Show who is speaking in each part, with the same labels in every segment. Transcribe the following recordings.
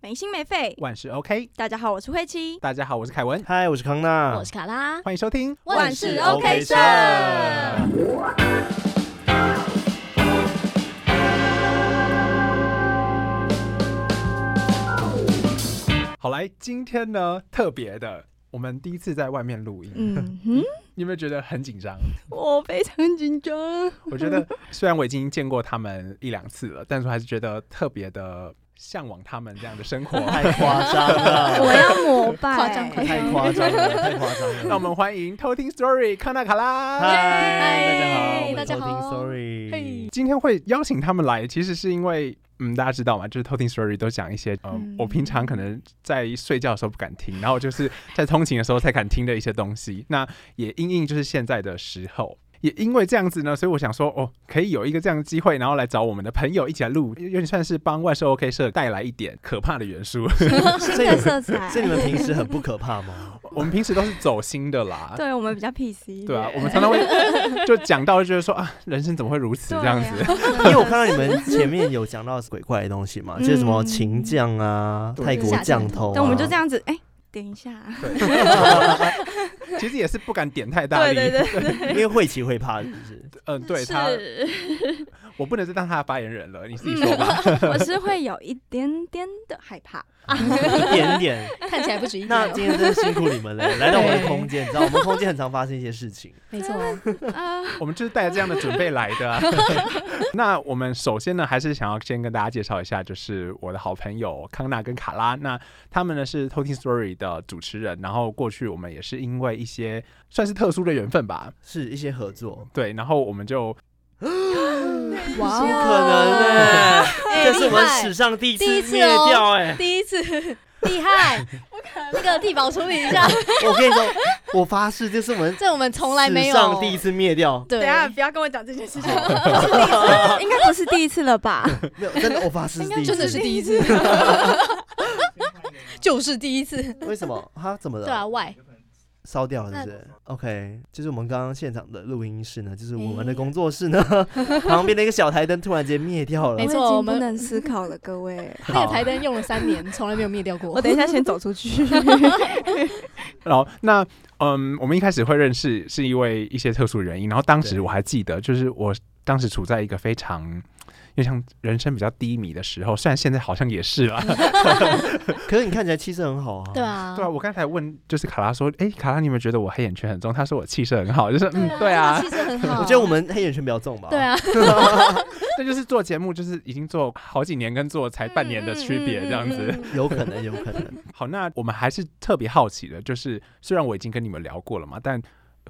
Speaker 1: 没心没肺。
Speaker 2: 万事 OK。
Speaker 1: 大家好，我是慧琪，
Speaker 2: 大家好，我是凯 文，
Speaker 3: 嗨，我是康纳，
Speaker 2: 嗯
Speaker 4: 我是卡拉，
Speaker 2: 欢迎收听。
Speaker 4: 万事
Speaker 3: OK 社
Speaker 2: 好来，今天呢特别的，我们第一次在外面录音，
Speaker 1: 嗯哼，
Speaker 2: 你有没有觉得很紧张？
Speaker 1: 我非常紧张。
Speaker 2: 我觉得虽然我已经见过他们一两次了，但是我还是觉得特别的向往他们这样的生活。
Speaker 3: 太夸张了，
Speaker 1: 我要膜拜，
Speaker 4: 夸张夸
Speaker 3: 太夸张了，太夸张
Speaker 2: 让我
Speaker 3: 了。
Speaker 2: 们欢迎偷听 Story 康纳卡拉。
Speaker 3: 嗨，大
Speaker 4: 大
Speaker 3: 家
Speaker 4: 家
Speaker 3: 好，我
Speaker 4: 好
Speaker 3: 是偷听 Sorry，
Speaker 2: 今天会邀请他们来，其实是因为，嗯，大家知道嘛，就是偷听 story 都讲一些，呃、
Speaker 1: 嗯
Speaker 2: 我平常可能在睡觉的时候不敢听，然后就是在通勤的时候才敢听的一些东西。那也因应就是现在的时候。也因为这样子呢，所以我想说，哦，可以有一个这样的机会，然后来找我们的朋友一起来录，有有点算是帮万事 OK 社带来一点可怕的元素。
Speaker 1: 新
Speaker 3: 所以
Speaker 1: 的色彩
Speaker 3: 所。以你们平时很不可怕 吗？
Speaker 2: 我们平时都是走心的啦，
Speaker 1: 对我们比较 PC 一点。
Speaker 2: 对啊，我们常常会就讲到，就是说啊，人生怎么会如此
Speaker 1: 对啊
Speaker 2: 这样子？
Speaker 3: 因为我看到你们前面有讲到鬼怪的东西嘛，
Speaker 1: 嗯
Speaker 3: 就是什么秦酱啊、
Speaker 2: 对
Speaker 3: 泰国酱头啊，
Speaker 1: 但我们就这样子，哎，等一下，
Speaker 2: 其实也是不敢点太大力，
Speaker 1: 对对对，
Speaker 3: 因为会骑会怕，是不是？
Speaker 2: 嗯，对他，
Speaker 4: 是
Speaker 2: 我不能再当他的发言人了，你自 己说吧。
Speaker 1: 我是会有一点点的害 怕。
Speaker 3: 一点点。
Speaker 4: 看起来不止一点
Speaker 3: 那
Speaker 4: 哦，
Speaker 3: 今 天真的辛苦你们了，来到我们的空间，你知道我们空间很常发生一些事情。
Speaker 4: 没错，
Speaker 1: 啊，
Speaker 2: 我们就是带着这样的准备来的啊、 那我们首先呢，还是想要先跟大家介绍一下，就是我的好朋友康纳跟卡拉。那他们呢是偷听 Story 的主持人，然后过去我们也是因为一些算是特殊的缘分吧，
Speaker 3: 是一些合作，
Speaker 2: 对，然后我们就
Speaker 4: 哇
Speaker 3: 不
Speaker 4: 哦
Speaker 3: 嗯可能哎、
Speaker 4: 哎
Speaker 3: 这是我
Speaker 4: 厉
Speaker 3: 们
Speaker 4: 害
Speaker 3: 史上第一次
Speaker 4: 第一次
Speaker 3: 灭
Speaker 4: 哦
Speaker 3: 掉哎、
Speaker 4: 第一次，厉害，那个地保处理一下，
Speaker 3: 我跟你说，我发誓这是我们
Speaker 4: 这我们从来没
Speaker 3: 史
Speaker 4: 有，
Speaker 3: 上第一，次灭掉，
Speaker 4: 对，
Speaker 1: 不要跟我讲这件事情，应该不是第一次了 吧？
Speaker 3: 没有真的，我发誓是第一
Speaker 4: 真的是
Speaker 3: 次。
Speaker 4: 第一次， 就是第一 次，
Speaker 3: 为什么？他怎么
Speaker 4: 对啊
Speaker 3: 了？
Speaker 4: ，Why？
Speaker 3: 烧掉了是不是？OK，就是我们刚刚现场的录音室呢，就是我
Speaker 4: 哎
Speaker 3: 们的工作室 呢，旁边的一个小台灯突然间灭掉了
Speaker 4: 没。错
Speaker 1: 我已经
Speaker 4: 我们
Speaker 1: 不能思考了，各位。
Speaker 4: 哎 那
Speaker 3: 好啊
Speaker 4: 个台灯用了三年，从来没有灭掉过。
Speaker 1: 我等 一下先走出 去。嗯
Speaker 2: 然后那嗯，我们一开始会认识是因为一些特殊原因，然后当时
Speaker 3: 对
Speaker 2: 我还记得，就是我当时处在一个非常，因为像人生比较低迷的时候，虽然现在好像也是啊啦。
Speaker 3: 可是你看起来气色很好啊。
Speaker 4: 对。啊，
Speaker 2: 对啊，我刚才问就是卡拉说，哎，卡拉，你有没有觉得我黑眼圈很重？他说我气色很好，就是嗯，对啊，
Speaker 4: 这个气质很好，
Speaker 3: 我觉得我们黑眼圈比较重吧。
Speaker 4: 对。啊，
Speaker 2: 这就是做节目就是已经做好几年跟做才半年的区别这样
Speaker 1: 嗯
Speaker 2: 子。
Speaker 3: 有可能，有可能。
Speaker 2: 好，那我们还是特别好奇的，就是虽然我已经跟你们聊过了嘛，但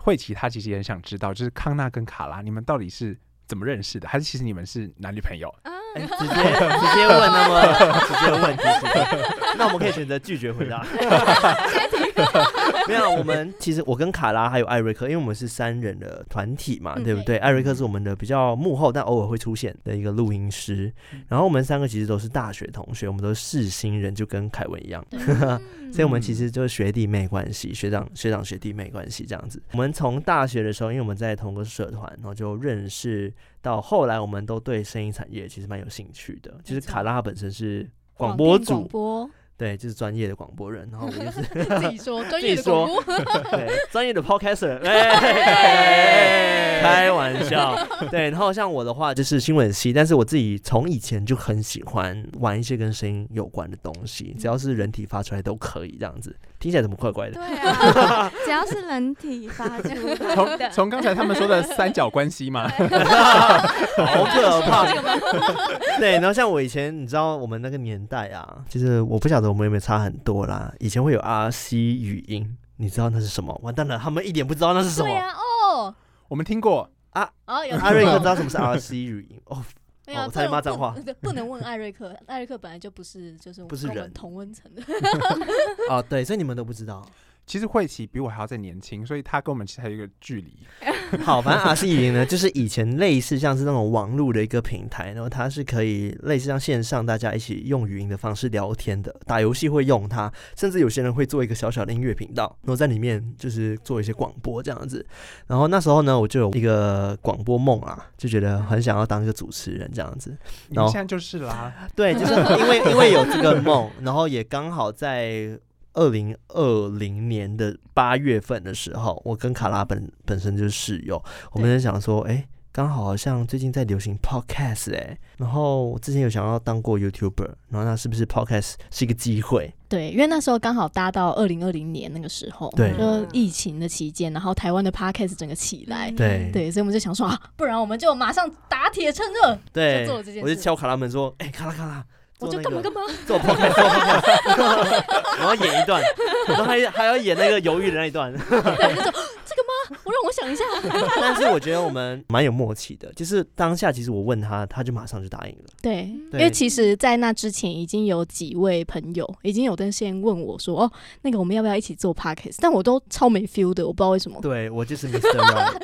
Speaker 2: 慧琪她其实也很想知道，就是康纳跟卡拉你们到底是怎么认识的，还是其实你们是男女朋友？
Speaker 3: 哎直接直接问，那么 直接问，直 接那我们可以选择拒绝回答。 没有，我们其实我跟卡拉还有艾瑞克，因为我们是三人的团体嘛，
Speaker 4: 嗯
Speaker 3: 对不对？艾瑞克是我们的比较幕后，但偶尔会出现的一个录音师。然后我们三个其实都是大学同学，我们都是世新人，就跟凯文一样，
Speaker 1: 嗯
Speaker 3: 所以
Speaker 4: 嗯
Speaker 3: 我们其实就是学弟妹关系，学长学长学弟妹关系这样子。我们从大学的时候，因为我们在同个社团，然后就认识到后来，我们都对声音产业其实蛮有兴趣的。其实
Speaker 4: 没错
Speaker 3: 卡拉他本身是
Speaker 4: 电
Speaker 3: 广播
Speaker 4: 广
Speaker 3: 组，
Speaker 4: 播
Speaker 3: 对，就是专业的广播人，然后我就是
Speaker 4: 自己说专
Speaker 3: 自
Speaker 4: 业
Speaker 3: 己
Speaker 4: 的
Speaker 3: 说
Speaker 4: 广播，
Speaker 3: 对，专业的 podcaster，哎，开玩笑。对，然后像我的话就是新闻系，但是我自己从以前就很喜欢玩一些跟声音有关的东西，只要是人体发出来都可以这样子，听起来怎么怪怪的？
Speaker 1: 对 啊， 只要是人体发出 来
Speaker 2: 从
Speaker 1: 的，
Speaker 2: 从刚才他们说 的三角关系嘛，
Speaker 3: 好可怕！ 对，然后像我以前，你知道我们那个年代啊，就是我不晓得我们有没有差很多啦，以前会有 RC 语音。你知道那是什么？完蛋了，他们一点不知道那是什么
Speaker 4: 对。啊，哦，
Speaker 2: 我们听过，
Speaker 4: 哦，有
Speaker 3: 阿瑞克知道什么是 RC 语音哦，
Speaker 4: 没有啊，
Speaker 3: 哦我
Speaker 4: 不
Speaker 3: 差点
Speaker 4: 能
Speaker 3: 骂脏
Speaker 4: 不能
Speaker 3: 话
Speaker 4: 对不能问艾瑞克，艾瑞克本来就不是就是
Speaker 3: 不是
Speaker 4: 跟我们
Speaker 3: 人
Speaker 4: 同温层的，
Speaker 3: 啊哦，对，所以你们都不知道。
Speaker 2: 其实慧琪比我还要再年轻，所以她跟我们其实还有一个距离。
Speaker 3: 好，反正 R C 语音呢，就是以前类似像是那种网络的一个平台，然后它是可以类似像线上大家一起用语音的方式聊天的，打游戏会用它，甚至有些人会做一个小小的音乐频道，然后在里面就是做一些广播这样子。然后那时候呢，我就有一个广播梦啊，就觉得很想要当一个主持人这样子。
Speaker 2: 你们
Speaker 3: 然后
Speaker 2: 现在就是啦，
Speaker 3: 对，就是因为因为有这个梦，然后也刚好在二零二零年的八月份的时候，我跟卡拉本本身就是室友，我们就想说，哎、刚好好像最近在流行 podcast 哎、然后我之前有想要当过 YouTuber，然后那是不是 podcast 是一个机会？
Speaker 5: 对，因为那时候刚好搭到二零二零年那个时候，
Speaker 3: 对
Speaker 5: 就
Speaker 4: 嗯
Speaker 5: 疫情的期间，然后台湾的 podcast 整个起来，
Speaker 3: 对
Speaker 5: 嗯对，所以我们就想说啊，不然我们就马上打铁趁热，
Speaker 3: 对
Speaker 5: 就做了这件，事
Speaker 3: 我就敲卡拉门说，哎、卡拉卡拉，
Speaker 5: 我
Speaker 3: 做
Speaker 5: 就
Speaker 3: 那
Speaker 5: 干嘛
Speaker 3: 个
Speaker 5: 干嘛，
Speaker 3: 做 podcast，做 podcast 然后演一段，然后还还要演那个犹豫的那一段。
Speaker 5: 对，就说这个吗？我让 我想一下，
Speaker 3: 但是我觉得我们蛮有默契的，就是当下其实我问他，他就马上就答应了。
Speaker 5: 对，因
Speaker 3: 对
Speaker 5: 为其实，在那之前已经有几位朋友已经有登先问我说，哦，那个我们要不要一起做 podcast？但我都超没 feel 的，我不知道为什么，
Speaker 3: 对我就是 Mr. Wrong，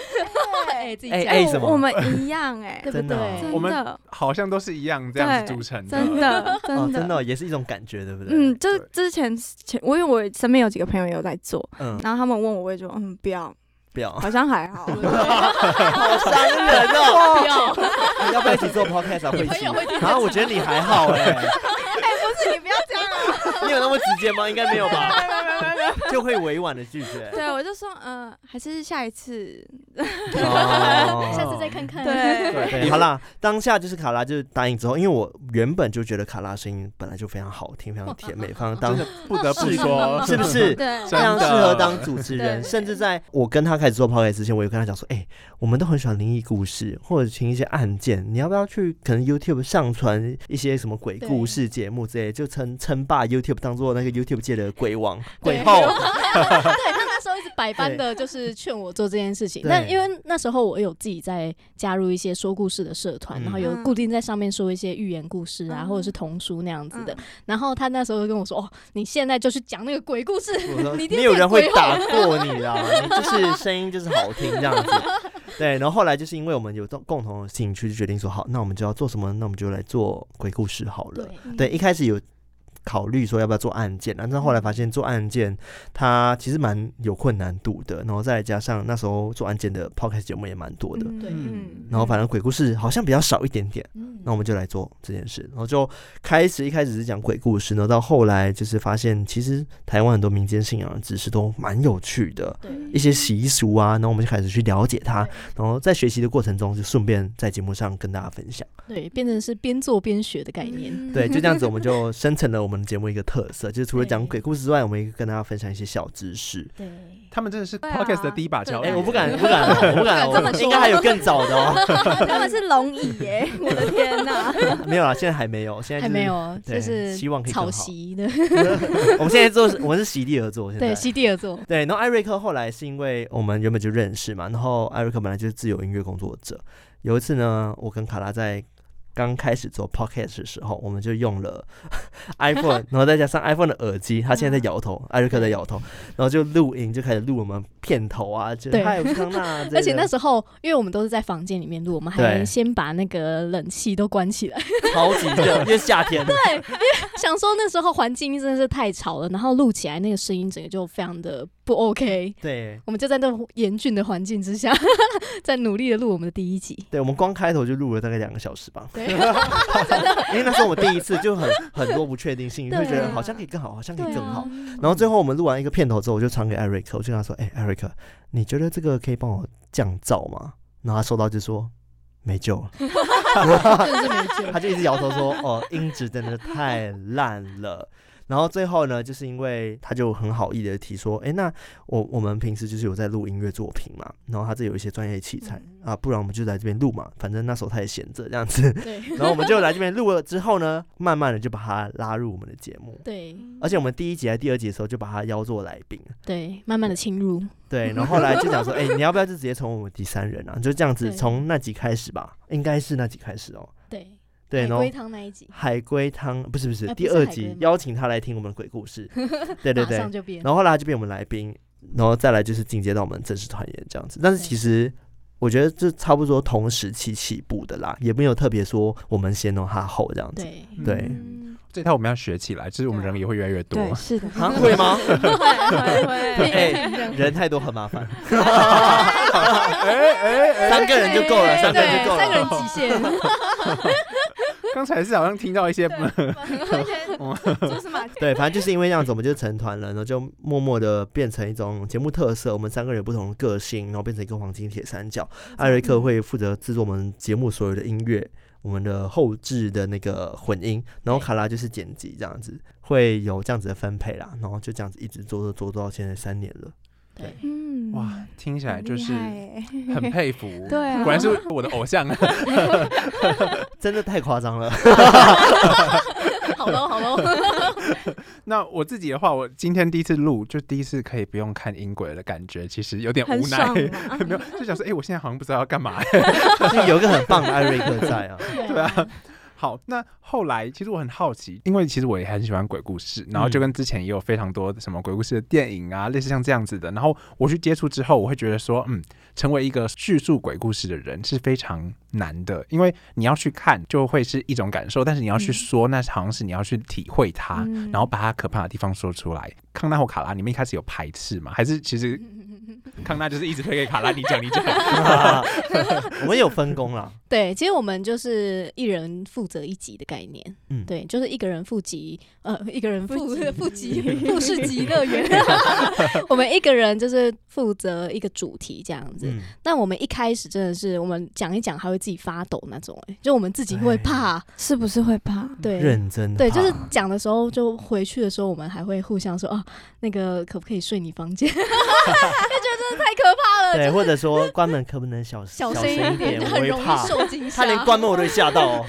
Speaker 5: 哎，自己
Speaker 3: 哎
Speaker 5: 讲，
Speaker 3: 哎什么
Speaker 1: 我们一样 哎、
Speaker 5: 对不
Speaker 3: 真的
Speaker 5: 对
Speaker 3: 哦？
Speaker 1: 真
Speaker 2: 我们
Speaker 1: 的
Speaker 2: 好像都是一样这样子
Speaker 1: 对
Speaker 2: 组成 的。
Speaker 1: 真的
Speaker 3: 哦，
Speaker 1: 真
Speaker 3: 真的
Speaker 1: 的。
Speaker 3: 哦也是一种感觉，对不对？
Speaker 1: 嗯，就是
Speaker 2: 对
Speaker 1: 之前前，我因为我身边有几个朋友也有在做，
Speaker 3: 嗯，
Speaker 1: 然后他们问我，我也说嗯不要，
Speaker 3: 不 要，
Speaker 1: 好像还
Speaker 5: 哦
Speaker 1: 好。
Speaker 3: 好伤人哦！
Speaker 5: 不要，
Speaker 3: 你要不要一起做 podcast 啊？慧
Speaker 5: 朋
Speaker 3: 琪
Speaker 5: 友会听得
Speaker 3: 啊，我觉得你还好 哎，
Speaker 1: 不是你不要这样啊！
Speaker 3: 你有那么直接吗？应该没有吧？就会委婉的拒绝。
Speaker 1: 对，我就说嗯、呃还是下一次。
Speaker 3: 哦
Speaker 5: 下次再看看，
Speaker 1: 对，
Speaker 3: 对，好啦，当下就是卡拉就是答应之后，因为我原本就觉得卡拉声音本来就非常好听，非常甜美，非常当
Speaker 2: 真的不得不
Speaker 3: 是
Speaker 2: 说，
Speaker 3: 是不是？
Speaker 1: 对
Speaker 2: 真
Speaker 3: 非常
Speaker 2: 的
Speaker 3: 适合当主持人，
Speaker 1: 对
Speaker 3: 甚至在我跟他开始做 p o d c a s t 之前，我有跟他讲说，哎、我们都很喜欢灵异故事，或者听一些案件，你要不要去可能 YouTube 上传一些什么鬼故事节目之类，就称称霸 YouTube 当做那个 YouTube 界的鬼王、
Speaker 5: 对
Speaker 3: 鬼后，
Speaker 1: 哦
Speaker 5: 对他那时候一直百般的就是劝我做这件事情，
Speaker 3: 对
Speaker 5: 但因为那时候我有自己在加入一些说故事的社团，
Speaker 3: 嗯
Speaker 5: 然后有固定在上面说一些寓言故事啊，
Speaker 1: 嗯
Speaker 5: 或者是童书那样子的。
Speaker 1: 嗯
Speaker 5: 然后他那时候就跟我说：“哦，你现在就去讲那个鬼故事。
Speaker 3: 我说
Speaker 5: 你一定
Speaker 3: 没有
Speaker 5: 是
Speaker 3: 人会
Speaker 5: 鬼后
Speaker 3: 打过你啦，你 就是声音就是好听这样子。对，然后后来就是因为我们有共共同的兴趣，就决定说好，那我们就要做什么？那我们就来做鬼故事好”了 对，
Speaker 5: 对。，
Speaker 3: 一开始有考虑说要不要做案件，啊但是后来
Speaker 2: 嗯
Speaker 3: 发现做案件它其实蛮有困难度的，然后再加上那时候做案件的 podcast 节目也蛮多的，
Speaker 1: 对
Speaker 2: 嗯
Speaker 3: 然后反正鬼故事好像比较少一点点，
Speaker 5: 嗯
Speaker 3: 那我们就来做这件事，然后就开始一开始是讲鬼故事，然后到后来就是发现其实台湾很多民间信仰的知识都蛮有趣的。
Speaker 5: 对
Speaker 3: 一些习俗啊，然后我们就开始去了解它
Speaker 5: 对，
Speaker 3: 然后在学习的过程中，就顺便在节目上跟大家分享。
Speaker 5: 对，变成是边做边学的概念。
Speaker 3: 对，就这样子，我们 就生成了我们节目一个特色，就是除了讲
Speaker 5: 对
Speaker 3: 鬼故事之外，我们也跟大家分享一些小知识。
Speaker 5: 对，
Speaker 2: 他们真的是
Speaker 1: 对啊
Speaker 2: podcast 的第一把交椅。
Speaker 3: 哎、我不 敢，我不敢，我不 敢，
Speaker 5: 不敢这么
Speaker 3: 我
Speaker 5: 说
Speaker 3: 应该还有更早的哦。
Speaker 1: 他们是龙椅耶，我的天哪！
Speaker 3: 没有啦，啊现在还没有，现在、
Speaker 5: 还没。有，
Speaker 3: 对
Speaker 5: 就是
Speaker 3: 希望可以更好
Speaker 5: 草席的，
Speaker 3: 我们现在做是，我们是席地而坐。现在
Speaker 5: 对，席地而坐。
Speaker 3: 对，然后艾瑞克后来是因为我们原本就认识嘛，然后艾瑞克本来就是自由音乐工作者。有一次呢，我跟卡拉在刚开始做 podcast 的时候，我们就用了 iPhone，然后再加上 iPhone 的耳机，他现在在摇
Speaker 5: 嗯
Speaker 3: 头，艾瑞克在摇头，然后就录音，就开始录我们片头啊，就
Speaker 5: 对
Speaker 3: 嗨，我是康纳之类啊的，
Speaker 5: 而且那时候，因为我们都是在房间里面录，我们
Speaker 3: 对
Speaker 5: 还先把那个冷气都关起来。
Speaker 3: 超级热，因为夏天，
Speaker 5: 想说那时候环境真的是太吵了，然后录起来那个声音整个就非常的不 OK。
Speaker 3: 对。
Speaker 5: 我们就在那种严峻的环境之下，在努力的录我们的第一集。
Speaker 3: 对，我们光开头就录了大概两个小时吧，
Speaker 5: 对
Speaker 1: 啊
Speaker 3: 因为那时候我们第一次就很很多不确定性，就
Speaker 5: 对
Speaker 3: 会觉得
Speaker 1: 啊
Speaker 3: 好像可以更好，好像可
Speaker 5: 对
Speaker 3: 以更好
Speaker 5: 啊。，
Speaker 3: 然后最后我们录完一个片头之后，我就传给艾瑞克，我就跟他说：“哎、艾瑞克，你觉得这个可以帮我降噪吗？”然后他收到就说：“没救了。
Speaker 5: 真的是没救”
Speaker 3: 他就一直摇头说：“哦，音质真的太烂了。”然后最后呢，就是因为他就很好意的提说：“哎，那我我们平时就是有在录音乐作品嘛，然后他这有一些专业器材、啊，不然我们就来这边录嘛，反正那时候他也闲着这样子。
Speaker 5: 对
Speaker 3: 然后我们就来这边录了之后呢，慢慢的就把他拉入我们的节目，
Speaker 5: 对
Speaker 3: 而且我们第一集还是第二集的时候就把他邀做来宾，
Speaker 5: 对，慢慢的侵入，
Speaker 3: 对，然后后来就讲说，哎、你要不要就直接从我们第三人啊？就这样子，
Speaker 5: 对
Speaker 3: 从那集开始吧，应该是那集开始哦。
Speaker 5: 对
Speaker 3: 对，然后
Speaker 5: 龟汤那一集，
Speaker 3: 海龟汤不是不是
Speaker 5: 哎不
Speaker 3: 第
Speaker 5: 是
Speaker 3: 二
Speaker 5: 海龟
Speaker 3: 集
Speaker 5: 吗
Speaker 3: 邀请他来听我们的鬼故 事，对对
Speaker 5: 马
Speaker 3: 对
Speaker 5: 上，就变。
Speaker 3: 然后后来他就变我们来宾，然后再来就是进阶到我们正式团员这样子。但是其实我觉得这差不多同时期起步的啦，也没有特别说我们先弄他后这样子。
Speaker 5: 对
Speaker 3: 对
Speaker 5: 嗯
Speaker 2: 这套我们要学起来，就是我们人也会越来越多。
Speaker 1: 对，啊是的，
Speaker 3: 啊，会吗？
Speaker 1: 会会
Speaker 3: 哎、人太多很麻烦，
Speaker 2: 哎 哎哎，
Speaker 3: 三个人就够了，
Speaker 5: 对
Speaker 3: 三个人就够
Speaker 5: 三个
Speaker 3: 了。
Speaker 5: 人极 限，
Speaker 2: 刚才是好像听到一些，
Speaker 1: 就是马
Speaker 3: 对，反正就是因为这样子，我们就成团了，然后就默默的变成一种节目特色。我们三个人有不同的个性，然后变成一个黄金铁三角。艾瑞克会负责制作我们节目所有的音乐，我们的后置的那个混音，然后卡拉就是剪辑，这样子会有这样子的分配啦。然后就这样子一直做做做到现在三年了。
Speaker 5: 对，
Speaker 1: 嗯
Speaker 2: 哇，听起来就是
Speaker 1: 很厉害欸
Speaker 2: 很佩服。
Speaker 1: 对啊
Speaker 2: 果然是我的偶像。
Speaker 3: 真的太夸张了。
Speaker 5: 好喽好喽，
Speaker 2: 那我自己的话，我今天第一次录，就第一次可以不用看音轨的感觉，其实有点
Speaker 1: 很
Speaker 2: 无奈
Speaker 1: 爽，啊嘛
Speaker 2: 没有 就想说，哎、我现在好像不知道要干嘛、
Speaker 3: 那有一个很棒的艾瑞克在啊，
Speaker 5: 对
Speaker 2: 啊好，那后来其实我很好奇，因为其实我也很喜欢鬼故事，然后就跟之前也有非常多什么鬼故事的电影啊，类似像这样子的。然后我去接触之后，我会觉得说，嗯，成为一个叙述鬼故事的人是非常难的，因为你要去看就会是一种感受，但是你要去说，那好像是你要去体会它，
Speaker 1: 嗯
Speaker 2: 啊然后把它可怕的地方说出来。康纳或卡拉，你们一开始有排斥吗？还是其实康纳就是一直推给卡拉，你讲你讲，
Speaker 3: 啊 我们有分工啦。
Speaker 5: 对，其实我们就是一人负责一集的概念，
Speaker 3: 嗯
Speaker 5: 对，就是一个人负集，呃，一个人负
Speaker 1: 负集
Speaker 5: 负集富士集乐 园，我们一个人就是负责一个主题这样子。
Speaker 3: 嗯，
Speaker 5: 但我们一开始真的是，我们讲一讲，还会自己发抖那种、哎，就我们自己会
Speaker 3: 对
Speaker 5: 怕，
Speaker 1: 是不是会怕？
Speaker 5: 对，
Speaker 3: 认真
Speaker 5: 对，就是
Speaker 3: 怕
Speaker 5: 讲的时候，就回去的时候，我们还会互相说啊，那个可不可以睡你房间？就觉得真的太可怕了，
Speaker 3: 对，或者说关门可不能小
Speaker 5: 呃小
Speaker 3: 声
Speaker 5: 声一
Speaker 3: 点，
Speaker 5: 点，
Speaker 3: 我
Speaker 5: 很
Speaker 3: 会
Speaker 5: 容
Speaker 3: 怕
Speaker 5: 易受惊
Speaker 3: 他
Speaker 5: 吓。
Speaker 3: 连关门我都会吓到哦，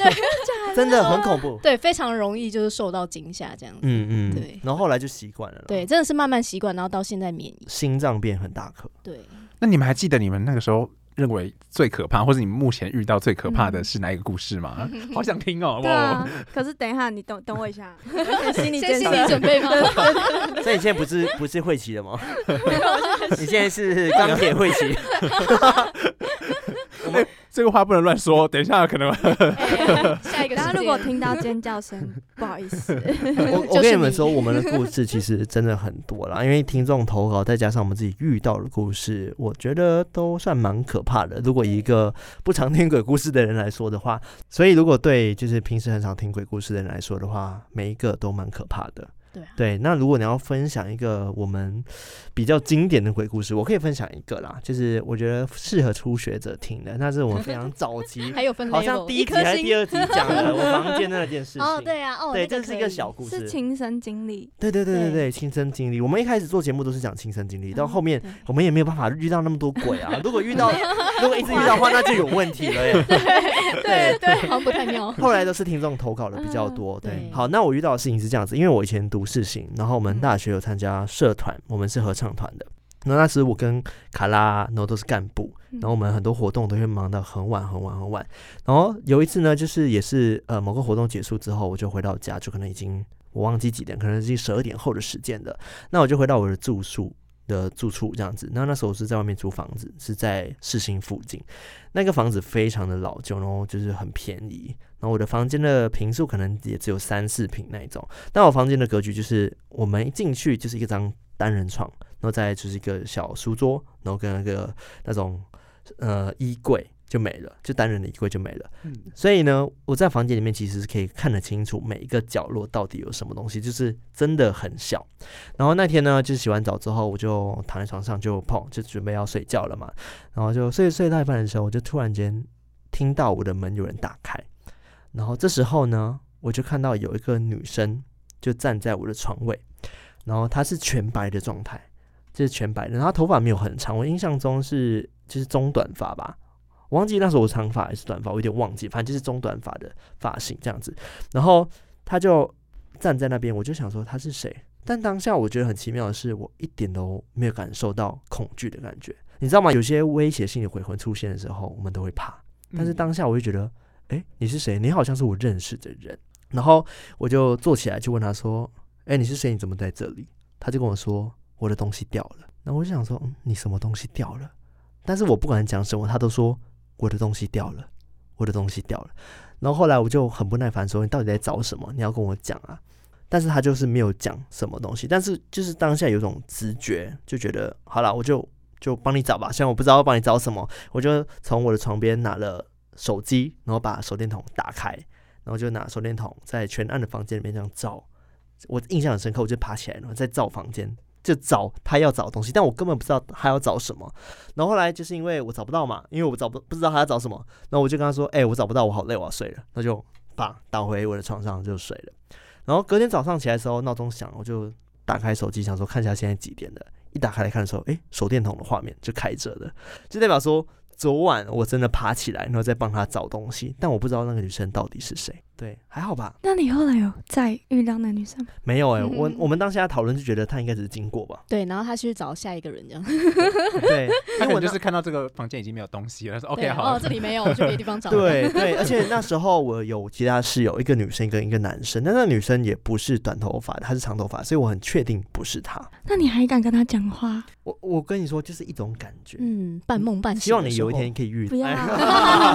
Speaker 3: 真的很恐怖。
Speaker 5: 对，非常容易就是受到惊吓这样子。
Speaker 3: 嗯嗯，
Speaker 5: 对
Speaker 3: 然后后来就习惯了，
Speaker 5: 对，，真的是慢慢习惯，然后到现在免疫。
Speaker 3: 心脏变很大颗。
Speaker 5: 对，
Speaker 2: 那你们还记得你们那个时候认为最可怕，或者你们目前遇到最可怕的是哪一个故事吗？好想听哦！
Speaker 1: 对
Speaker 2: 哇
Speaker 1: 啊，可是等一下，你等等我一下， 心理建
Speaker 5: 先心
Speaker 1: 设
Speaker 5: 理准备吗？
Speaker 3: 所以你现在不是不是会骑的吗？你现在是钢铁会骑，
Speaker 2: 这个话不能乱说，等一下可能
Speaker 5: 下一个时间，
Speaker 1: 然后如果听到尖叫声， 不好意思，
Speaker 3: 我
Speaker 5: 就
Speaker 3: 我
Speaker 5: 是
Speaker 3: 跟你们
Speaker 5: 你
Speaker 3: 说，我们的故事其实真的很多啦，因为听众投稿，再加上我们自己遇到的故事，我觉得都算蛮可怕的。如果以一个不常听鬼故事的人来说的话，所以如果对就是平时很少听鬼故事的人来说的话，每一个都蛮可怕的。
Speaker 5: 对啊
Speaker 3: 对，那如果你要分享一个我们比较经典的鬼故事，我可以分享一个啦，就是我觉得适合初学者听的，那是我们非常早期
Speaker 5: 还有分 level，
Speaker 3: 好像第
Speaker 5: 一
Speaker 3: 一集还
Speaker 5: 颗
Speaker 3: 是第
Speaker 5: 星。
Speaker 3: 二集讲的 我房间的那件事情。
Speaker 5: 哦，对啊，哦，
Speaker 3: 对，
Speaker 5: 那
Speaker 3: 这是一个
Speaker 5: 可以
Speaker 3: 小故
Speaker 1: 是
Speaker 3: 事。
Speaker 1: 亲身经历，
Speaker 3: 对对对对
Speaker 5: 对嗯
Speaker 3: 对，亲身经历。我们一开始做节目都是讲亲身经历，到后面
Speaker 5: 对
Speaker 1: 嗯
Speaker 3: 我们也没有办法遇到那么多鬼啊。如果遇 到，如果一直遇到的话，那就有问题了耶。对
Speaker 5: 对， 好像哦不太妙。
Speaker 3: 后来都是听众投稿的比较多。
Speaker 5: 嗯
Speaker 3: 对
Speaker 5: 对，
Speaker 3: 好，那我遇到的事情是这样子，因为我以前读世行，然后我们
Speaker 1: 嗯
Speaker 3: 大学有参加社团，我们是合唱团的。那那时我跟卡拉，然后都是干部，
Speaker 1: 嗯
Speaker 3: 然后我们很多活动都会忙到很晚很晚很晚。然后有一次呢，就是也是呃某个活动结束之后，我就回到家，就可能已经我忘记几点，可能已经十二点后的时间了。那我就回到我的住宿的住处这样子。那那时候我是在外面租房子，是在市心附近。那个房子非常的老旧，然后就是很便宜。然后我的房间的平数可能也只有三四平那一种。但我房间的格局就是，我们一进去就是一张单人床，然后再就是一个小书桌，然后跟一个那种呃衣柜就没了，就单人的衣柜就没了。所以呢，我在房间里面其实是可以看得清楚每一个角落到底有什么东西，就是真的很小。然后那天呢，就是洗完澡之后，我就躺在床上就碰，就准备要睡觉了嘛。然后就睡睡到一半的时候，我就突然间听到我的门有人打开，然后这时候呢，我就看到有一个女生就站在我的床位，然后她是全白的状态，就是全白的，然后她头发没有很长，我印象中是就是中短发吧，我忘记那时候我长发还是短发，我有点忘记，反正就是中短发的发型这样子。然后她就站在那边，我就想说她是谁，但当下我觉得很奇妙的是，我一点都没有感受到恐惧的
Speaker 2: 嗯
Speaker 3: 感觉，你知道吗？有些威胁性的鬼魂出现的时候，我们都会怕，但是当下我就觉得，哎、你是谁？你好像是我认识的人。”然后我就坐起来去问他说：“哎、你是谁？你怎么在这里？”他就跟我说：“我的东西掉了。”然后我就想说：“嗯，你什么东西掉了？”但是我不管讲什么，他都说：“我的东西掉了，我的东西掉了。”然后后来我就很不耐烦说：“你到底在找什么？你要跟我讲啊！”但是他就是没有讲什么东西，但是就是当下有种直觉，就觉得好了，我就就帮你找吧。虽然我不知道要帮你找什么，我就从我的床边拿了手机，然后把手电筒打开，然后就拿手电筒在全暗的房间里面这样照。我印象很深刻，我就爬起来，然后再照房间，就找他要找的东西，但我根本不知道他要找什么。然后后来就是因为我找不到嘛，因为我找不不知道他要找什么，然后我就跟他说：“哎、我找不到，我好累，我要睡了。”那就把倒回我的床上就睡了。然后隔天早上起来的时候，闹钟响，我就打开手机想说看一下现在几点了。一打开来看的时候，哎、手电筒的画面就开着的，就代表说昨晚我真的爬起来，然后再帮她找东西，但我不知道那个女生到底是谁。对，还好吧，
Speaker 1: 那你后来有再遇到那女生吗？
Speaker 3: 没有哎、我
Speaker 5: 嗯
Speaker 3: 我们当下讨论就觉得她应该只是经过 吧。
Speaker 5: 对，然后他去找下一个人这样。
Speaker 3: 对，
Speaker 2: 他可
Speaker 3: 因为我
Speaker 2: 能
Speaker 3: 那
Speaker 2: 就是看到这个房间已经没有东西了，他说 OK
Speaker 5: 对
Speaker 2: 好
Speaker 5: 哦，这里没有，我去别的地方找。，
Speaker 3: 对对，而且那时候我有其他室友，一个女生跟一个男生，但那女生也不是短头发，她是长头发，所以我很确定不是她。
Speaker 1: 那你还敢跟她讲话？
Speaker 3: 我我跟你说，就是一种感觉，
Speaker 5: 嗯，半梦半醒。
Speaker 3: 希望你有一天，可以遇
Speaker 1: 不要
Speaker 3: 哎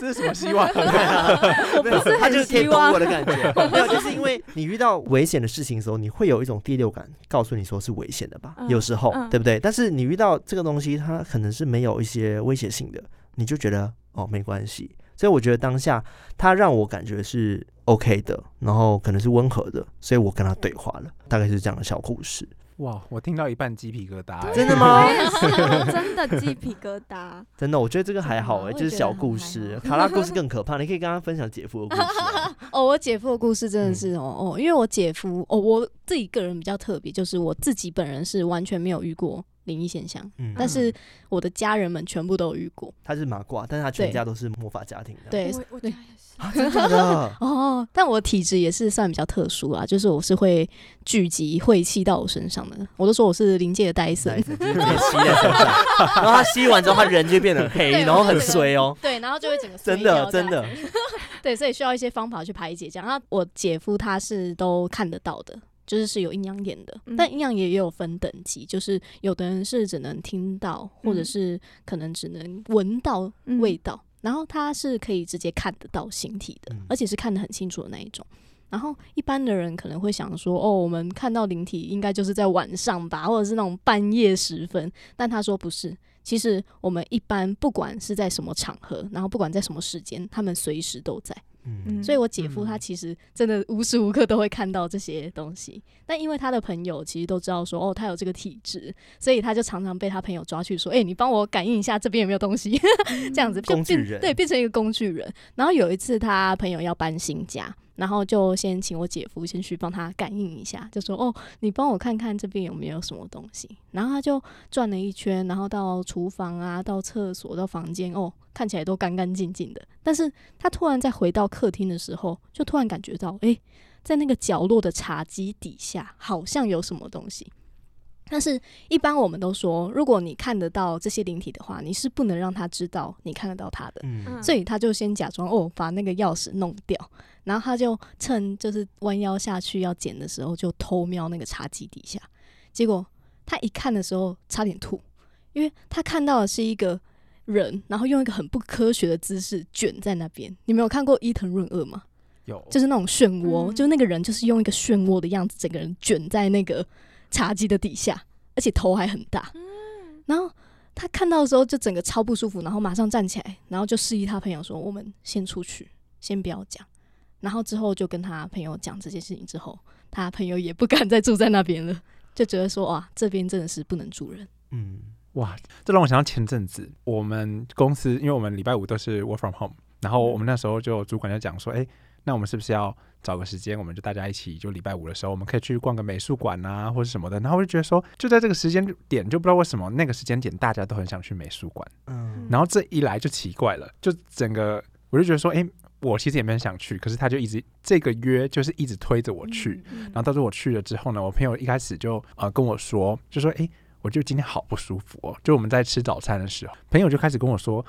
Speaker 2: 这是什么希 望？
Speaker 5: 我不是
Speaker 3: 他就
Speaker 5: 很
Speaker 3: 是天
Speaker 5: 希
Speaker 3: 懂
Speaker 5: 望
Speaker 3: 我。的感 觉，没有，就是因为你遇到危险的事情的时候，你会有一种第六感告诉你说是危险的吧，
Speaker 1: 嗯
Speaker 3: 有时候、
Speaker 1: 嗯
Speaker 3: 对不对？但是你遇到这个东西，它可能是没有一些威胁性的，你就觉得哦没关系。所以我觉得当下他让我感觉是 OK 的，然后可能是温和的，所以我跟他对话了，大概是这样的小故 事。
Speaker 2: 哇，我听到一半鸡皮疙瘩、欸
Speaker 3: 真的吗
Speaker 1: 我也是，真的鸡皮疙瘩。
Speaker 3: 真的，我觉得这个还好
Speaker 5: 真的吗
Speaker 3: 哎、
Speaker 5: 我
Speaker 3: 就
Speaker 5: 也
Speaker 3: 是
Speaker 5: 觉得
Speaker 3: 小
Speaker 5: 很
Speaker 3: 故
Speaker 5: 还
Speaker 3: 事
Speaker 5: 好，
Speaker 3: 卡拉故事更可怕。你可以跟他分享姐夫的故事啊、 嗯
Speaker 5: 哦，我姐夫的故事真的是哦、哦，因为我姐夫哦，我自己个人比较特别，就是我自己本人是完全没有遇过灵异现象，
Speaker 3: 嗯，
Speaker 5: 但是我的家人们全部都有遇过。
Speaker 3: 他是麻瓜，但是他全
Speaker 5: 对
Speaker 3: 家都是魔法家庭的。
Speaker 5: 对，
Speaker 1: 我
Speaker 5: 对？
Speaker 1: 家也是。
Speaker 3: 啊，真的假的
Speaker 5: 哦，但我体质也是算比较特殊啦，就是我是会聚集晦气到我身上的。我都说我 是灵界的戴森
Speaker 3: 对，，就是被吸在身上，然后他吸完之后，他人就变得很黑，
Speaker 5: 对
Speaker 3: 然后很衰哦，
Speaker 5: 对，然后就会整个
Speaker 3: 真
Speaker 5: 碎掉
Speaker 3: 的
Speaker 5: 这
Speaker 3: 真
Speaker 5: 样
Speaker 3: 的，
Speaker 5: 对，所以需要一些方法去排解这样。那我姐夫他是都看得到的，就是是有阴阳眼的，
Speaker 1: 嗯
Speaker 5: 但阴阳眼也有分等级，就是有的人是只能听到，或者
Speaker 1: 嗯
Speaker 5: 是可能只能闻到
Speaker 1: 嗯
Speaker 5: 味道，然后他是可以直接看得到形体的，
Speaker 3: 嗯
Speaker 5: 而且是看得很清楚的那一种。然后一般的人可能会想说，哦，我们看到灵体应该就是在晚上吧，或者是那种半夜时分。但他说不是，其实我们一般不管是在什么场合，然后不管在什么时间，他们随时都在。
Speaker 3: 嗯，
Speaker 5: 所以我姐夫
Speaker 3: 嗯
Speaker 5: 他其实真的无时无刻都会看到这些东西，但因为他的朋友其实都知道说哦他有这个体质，所以他就常常被他朋友抓去说，哎、你帮我感应一下这边有没有东西， 这样子就
Speaker 3: 工具
Speaker 5: 变
Speaker 3: 人
Speaker 5: 对变成一个工具人。然后有一次他朋友要搬新家。然后就先请我姐夫先去帮他感应一下，就说哦，你帮我看看这边有没有什么东西。然后他就转了一圈，然后到厨房啊，到厕所，到房间，哦，看起来都干干净净的。但是他突然在回到客厅的时候，就突然感觉到，诶，在那个角落的茶几底下，好像有什么东西。但是，一般我们都说，如果你看得到这些灵体的话，你是不能让他知道你看得到他的。
Speaker 3: 嗯
Speaker 1: 嗯
Speaker 5: 所以他就先假装哦，把那个钥匙弄掉，然后他就趁就是弯腰下去要捡的时候，就偷瞄那个茶几底下。结果他一看的时候差点吐，因为他看到的是一个人，然后用一个很不科学的姿势卷在那边。你没有看过伊藤润二吗？
Speaker 2: 有，
Speaker 5: 就是那种漩涡，
Speaker 1: 嗯
Speaker 5: 就那个人就是用一个漩涡的样子，整个人卷在那个茶几的底下，而且头还很大。然后他看到的时候就整个超不舒服，然后马上站起来，然后就示意他朋友说：“我们先出去，先不要讲。”然后之后就跟他朋友讲这件事情之后，他朋友也不敢再住在那边了，就觉得说：“哇，这边真的是不能住人。
Speaker 3: 嗯，
Speaker 2: 哇，这让我想到前阵子我们公司，因为我们礼拜五都是 work from home，然后我们那时候就主管就讲说，哎、那我们是不是要找个时间，我们就大家一起，就礼拜五的时候，我们可以去逛个美术馆啊，或者什么的。然后我就觉得说，就在这个时间点，就不知道为什么那个时间点大家都很想去美术馆，
Speaker 3: 嗯
Speaker 2: 然后这一来就奇怪了，就整个我就觉得说，哎、我其实也没很想去，可是他就一直这个约就是一直推着我
Speaker 5: 嗯
Speaker 2: 去，然后到时候我去了之后呢，我朋友一开始就呃跟我说，就说诶，我就今天好不舒服哦。就我们在吃早餐的时候，朋友就开始跟我说，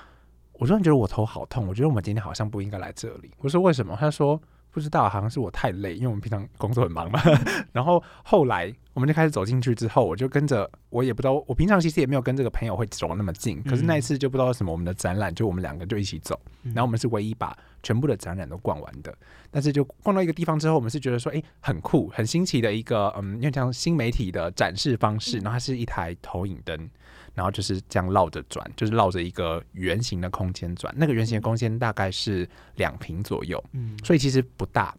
Speaker 2: 我突然觉得我头好痛，我觉得我们今天好像不应该来这里。我说为什么？他说不知道，好像是我太累，因为我们平常工作很忙嘛。 然后后来我们就开始走进去之后，我就跟着我也不知道，我平常其实也没有跟这个朋友会走那么近，可是那一次就不知道为什么，我们的展览就我们两个就一起走，
Speaker 3: 嗯
Speaker 2: 然后我们是唯一把全部的展览都逛完的。但是就逛到一个地方之后，我们是觉得说，哎、很酷、很新奇的一个，嗯，因为像新媒体的展示方式，然后它是一台投影灯，然后就是这样绕着转，就是绕着一个圆形的空间转。那个圆形的空间大概是两平左右，
Speaker 3: 嗯
Speaker 2: 所以其实不大。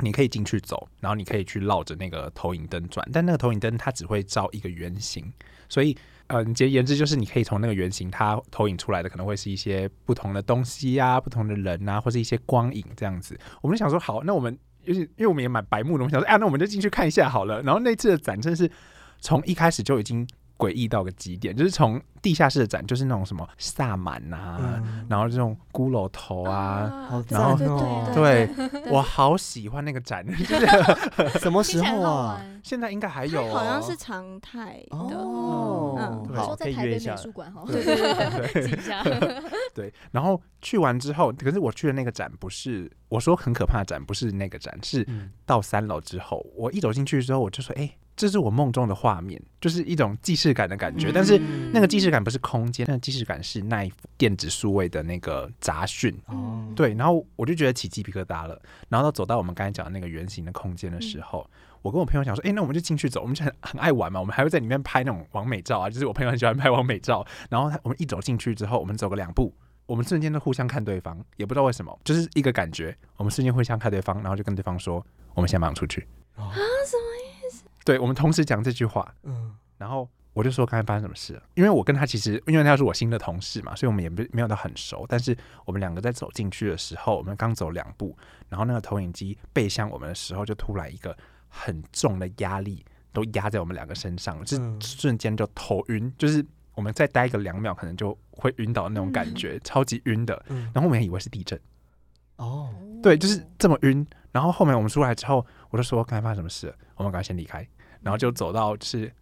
Speaker 2: 你可以进去走，然后你可以去绕着那个投影灯转，但那个投影灯它只会照一个圆形，所以，呃，你简言之就是你可以从那个圆形它投影出来的可能会是一些不同的东西啊、不同的人啊，或是一些光影这样子。我们就想说，好，那我们就是因为我们也蛮白目的，我们想说，哎、呀，那我们就进去看一下好了。然后那次的展真的是从一开始就已经诡异到个极点，就是从地下室的展就是那种什么萨满啊，
Speaker 3: 嗯，
Speaker 2: 然后这种骷髅头啊
Speaker 3: 好
Speaker 1: 对
Speaker 2: 然后
Speaker 1: 对
Speaker 3: 哦
Speaker 1: 对
Speaker 2: 对
Speaker 1: 对
Speaker 2: 我好喜欢那个展， 就 是
Speaker 3: 什么
Speaker 4: 听起
Speaker 3: 时
Speaker 4: 来很
Speaker 3: 候
Speaker 4: 好
Speaker 3: 啊？
Speaker 4: 玩。
Speaker 2: 现在应该还有、
Speaker 1: 它
Speaker 2: 哦，
Speaker 1: 好像是常态的，
Speaker 3: 哦
Speaker 1: 嗯，
Speaker 5: 你
Speaker 3: 好，
Speaker 5: 说
Speaker 3: 可
Speaker 5: 在
Speaker 3: 以
Speaker 5: 台
Speaker 3: 约
Speaker 5: 北
Speaker 3: 一下
Speaker 5: 美。术馆好了，
Speaker 2: 对对对对
Speaker 4: 记一下，
Speaker 2: 对。然后去完之后，可是我去的那个展不是我说很可怕的展，不是那个展，是
Speaker 3: 嗯
Speaker 2: 到三楼之后，我一走进去之后，我就说，哎、这是我梦中的画面，就是一种既视感的
Speaker 3: 嗯
Speaker 2: 感
Speaker 1: 嗯
Speaker 2: 觉，但是。那个既视感不是空间，那个既视感是那一幅电子数位的那个杂讯，
Speaker 3: 哦，
Speaker 2: 嗯对，然后我就觉得起鸡皮疙瘩了。然后到走到我们刚才讲的那个圆形的空间的时候，我跟我朋友讲说，哎、那我们就进去走，我们就很很爱玩嘛，我们还会在里面拍那种完美照啊，就是我朋友很喜欢拍完美照。然后他我们一走进去之后，我们走个两步。我们瞬间都互相看对方，也不知道为什么，就是一个感觉。我们瞬间互相看对方，然后就跟对方说：“我们现在马上出去。
Speaker 3: 哦”
Speaker 1: 啊
Speaker 2: 对，我们同时讲这句话，
Speaker 3: 嗯，
Speaker 2: 然后我就说刚才发生什么事了，因为我跟他其实因为他是我新的同事嘛，所以我们也不没有到很熟，但是我们两个在走进去的时候，我们刚走两步，然后那个投影机背向我们的时候，就突然一个很重的压力都压在我们两个身上，就是
Speaker 3: 嗯
Speaker 2: 瞬间就头晕，就是我们再待个两秒可能就会晕倒的那种感觉，超级晕的。
Speaker 3: 嗯
Speaker 2: 然后我们也以为是地震。
Speaker 3: 哦，
Speaker 2: 对，就是这么晕。然后后面我们出来之后，我就说刚才发生什么事了，我们赶快先离开。然后就走到就是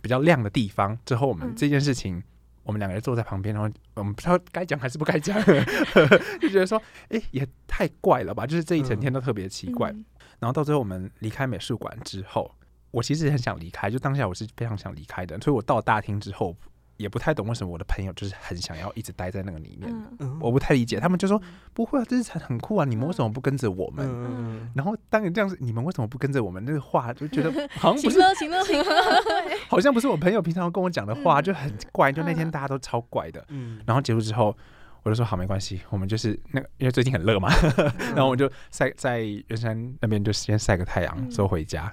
Speaker 2: 比较亮的地方之后，我们
Speaker 1: 嗯
Speaker 2: 这件事情，我们两个人坐在旁边，然后我们不知道该讲还是不该 讲，就觉得说，哎、也太怪了吧！就是这一整天都特别奇怪。
Speaker 1: 嗯
Speaker 2: 然后到最后我们离开美术馆之后，我其实也很想离开，就当下我是非常想离开的，所以我到大厅之后。也不太懂为什么我的朋友就是很想要一直待在那个里面，
Speaker 1: 嗯，
Speaker 3: 嗯
Speaker 2: 我不太理解，他们就说不会啊，这是很酷啊，你们为什么不跟着我们？
Speaker 3: 嗯
Speaker 2: 然后当然这样子，你们为什么不跟着我们？那个话就觉得
Speaker 3: 哦
Speaker 2: 好像不
Speaker 5: 行
Speaker 2: 是，
Speaker 5: 了行了行了，
Speaker 2: 好像不是我朋友平常跟我讲的话，
Speaker 1: 嗯
Speaker 2: 就很怪。就那天
Speaker 1: 嗯
Speaker 2: 大家都超怪的。
Speaker 3: 嗯，
Speaker 2: 然后结束之后，我就说好，没关系，我们就是那个，因为最近很热嘛，
Speaker 3: 嗯
Speaker 1: 嗯
Speaker 2: 然后我就晒在圆山那边就先晒个太阳，
Speaker 1: 嗯
Speaker 2: 之后回家。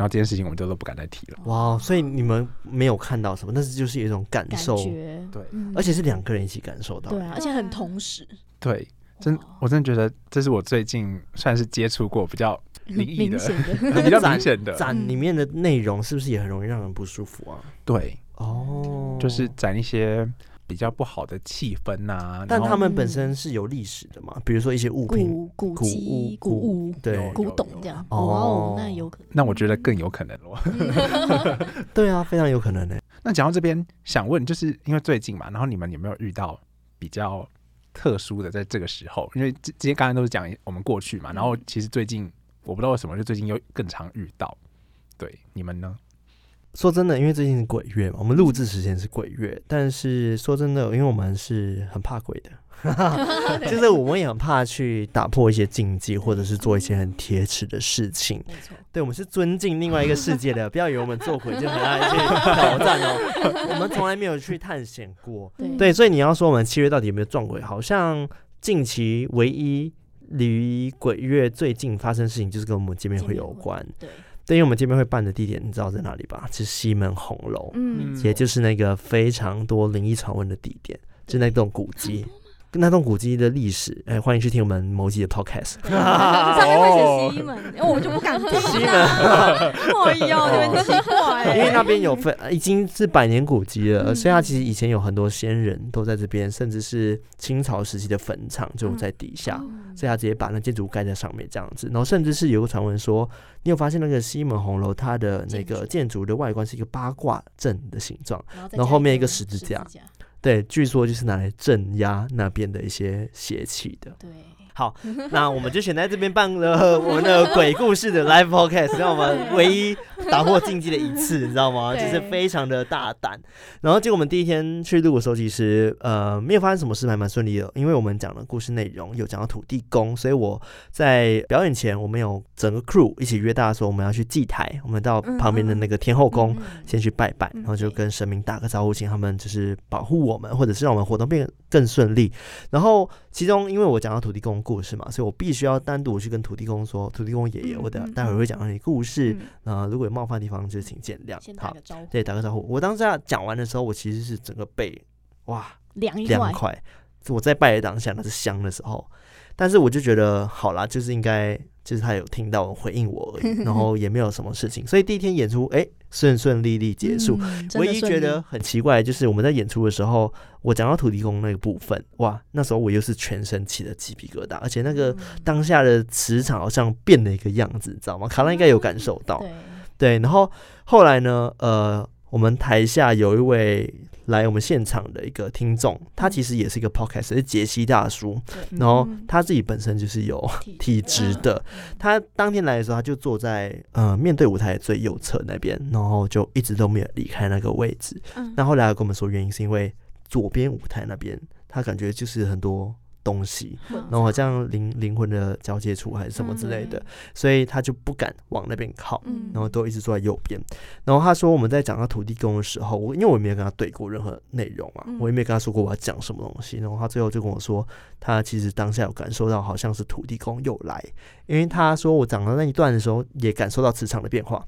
Speaker 2: 然后这件事情我们就都不敢再提了。
Speaker 5: 哦
Speaker 3: 哇，哦所以你们没有看到什么，但是就是有一种感
Speaker 5: 感
Speaker 3: 受，
Speaker 5: 觉
Speaker 2: 对
Speaker 5: 嗯
Speaker 3: 而且是两个人一起感受到。
Speaker 5: 对啊，而且很同时，
Speaker 2: 对，真
Speaker 5: 哇
Speaker 2: 我真的觉得这是我最近算是接触过比 较灵
Speaker 5: 明
Speaker 2: 异的
Speaker 5: 明显的，
Speaker 2: 比 较明显的。
Speaker 3: 展里面的内容是不是也很容易让人不舒服啊？
Speaker 2: 对，
Speaker 5: 嗯
Speaker 3: 哦，
Speaker 2: 就是展一些比较不好的气氛呐、啊。然
Speaker 3: 但
Speaker 2: 后
Speaker 3: 他们本身是有历史的嘛，比如说一些物品，
Speaker 5: 古古
Speaker 3: 古物
Speaker 5: 迹、古
Speaker 3: 古
Speaker 5: 物、
Speaker 3: 对
Speaker 5: 古董这样。哇
Speaker 3: 有有
Speaker 5: 哦
Speaker 3: 哦，
Speaker 5: 那有可能。
Speaker 2: 那我觉得更有可能哦。
Speaker 3: 对啊，非常有可能呢。
Speaker 2: 那讲到这边，想问，就是因为最近嘛，然后你们有没有遇到比较特殊的，在这个时候？因为这这些刚才都是讲我们过去嘛，然后其实最近我不知道为什么，就最近又更常遇到。对，你们呢？
Speaker 3: 说真的，因为最近是鬼月嘛，我们录制时间是鬼月，但是说真的，因为我们是很怕鬼的， 就是我们也很怕去打破一些禁忌，或者是做一些很铁齿的事情。
Speaker 5: 没错，
Speaker 3: 对，我们是尊敬另外一个世界 的，不要以为我们做鬼就很爱去挑战哦， 我们从来没有去探险过。
Speaker 5: 对
Speaker 1: 嗯
Speaker 3: 对，所以你要说我们七月到底有没有撞鬼，好像近期唯一离鬼月最近发生的事情，就是跟我们见面会有关。
Speaker 5: 对，
Speaker 3: 对，因为我们见面会办的地点，你知道在哪里吧？是西门红楼，
Speaker 1: 嗯
Speaker 2: 嗯
Speaker 3: 也就是那个非常多灵异传闻的地点，就那栋古迹。那栋古迹的历史，哎，欢迎去听我们某集的 podcast。
Speaker 1: 嗯 上面会写西门，因为我们就不敢听
Speaker 3: 西
Speaker 1: 啊。
Speaker 3: 哦
Speaker 1: 哎呦，你们奇怪欸，
Speaker 3: 因为那边有分，呃已经是百年古迹了，
Speaker 1: 嗯
Speaker 3: 所以它其实以前有很多先人都在这边，甚至是清朝时期的坟场就在底下，
Speaker 1: 哦嗯
Speaker 3: 所以他直接把那建筑盖在上面这样子。然后甚至是有个传闻说，你有发现那个西门红楼它的那个建筑的外观是一个八卦阵的形状，
Speaker 5: 然后再
Speaker 3: 然后
Speaker 5: 加
Speaker 3: 后面一个
Speaker 5: 个
Speaker 3: 十字
Speaker 5: 字
Speaker 3: 架，对，据说就是拿来镇压那边的一些邪气的。
Speaker 5: 对，
Speaker 3: 好， 那我们就选在这边办了我们的鬼故事的 live podcast，让我们唯一打破禁忌的一次，你知道吗？就
Speaker 5: 对
Speaker 3: 是非常的大胆。然后结果我们第一天去录的时候，其实呃没有发生什么事，还蛮顺利的，因为我们讲的故事内容有讲到土地公，所以我在表演前，我们有整个 crew 一起约大家说我们要去祭台，我们到旁边的那个天后
Speaker 5: 嗯
Speaker 3: 宫。先去拜拜，
Speaker 1: 嗯
Speaker 3: 然后就跟神明打个招呼，请他们就是保护我们，或者是让我们活动变更顺利。然后其中因为我讲到土地公故事嘛，所以我必须要单独去跟土地公说，土地公爷爷，
Speaker 1: 嗯
Speaker 3: 我的
Speaker 1: 嗯
Speaker 3: 待会儿会讲到你故事，
Speaker 1: 嗯
Speaker 3: 呃，如果有冒犯的地方就请见谅
Speaker 5: 先。打
Speaker 3: 好
Speaker 5: 个，招呼，
Speaker 3: 对，打个招呼。我当时讲完的时候，我其实是整个背哇
Speaker 5: 凉一
Speaker 3: 凉
Speaker 5: 块，
Speaker 3: 快，我在拜的当下那是香的时候，但是我就觉得好啦，就是应该就是他有听到回应我而已，然后也没有什么事情，所以第一天演出哎顺顺利利结束。
Speaker 5: 嗯
Speaker 3: 唯一觉得，很奇怪的就是我们在演出的时候，我讲到土地公那个部分，哇，那时候我又是全身起了鸡皮疙瘩，而且那
Speaker 5: 嗯
Speaker 3: 个当下的磁场好像变了一个样子，你知道吗？卡拉应该有感受到，
Speaker 5: 对，
Speaker 3: 对，然后后来呢，呃，我们台下有一位来我们现场的一个听众，他其实也是一个 podcast，是杰西大叔，
Speaker 5: 嗯
Speaker 3: 然后他自己本身就是有 体质的，他当天来的时候，他就坐在呃面对舞台的最右侧那边，然后就一直都没有离开那个位置。
Speaker 1: 嗯
Speaker 3: 那后来他跟我们说，原因是因为左边舞台那边，他感觉就是很多东西，然后好像灵灵魂的交界处还是什
Speaker 5: 啊
Speaker 3: 么之类的，
Speaker 5: 嗯
Speaker 3: 所以他就不敢往那边靠。
Speaker 1: 嗯
Speaker 3: 然后都一直坐在右边。然后他说我们在讲到土地公的时候，我因为我也没有跟他对过任何内容嘛，
Speaker 1: 嗯
Speaker 3: 我也没有跟他说过我要讲什么东西。然后他最后就跟我说，他其实当下有感受到好像是土地公又来，因为他说我讲到那一段的时候也感受到磁场的变化，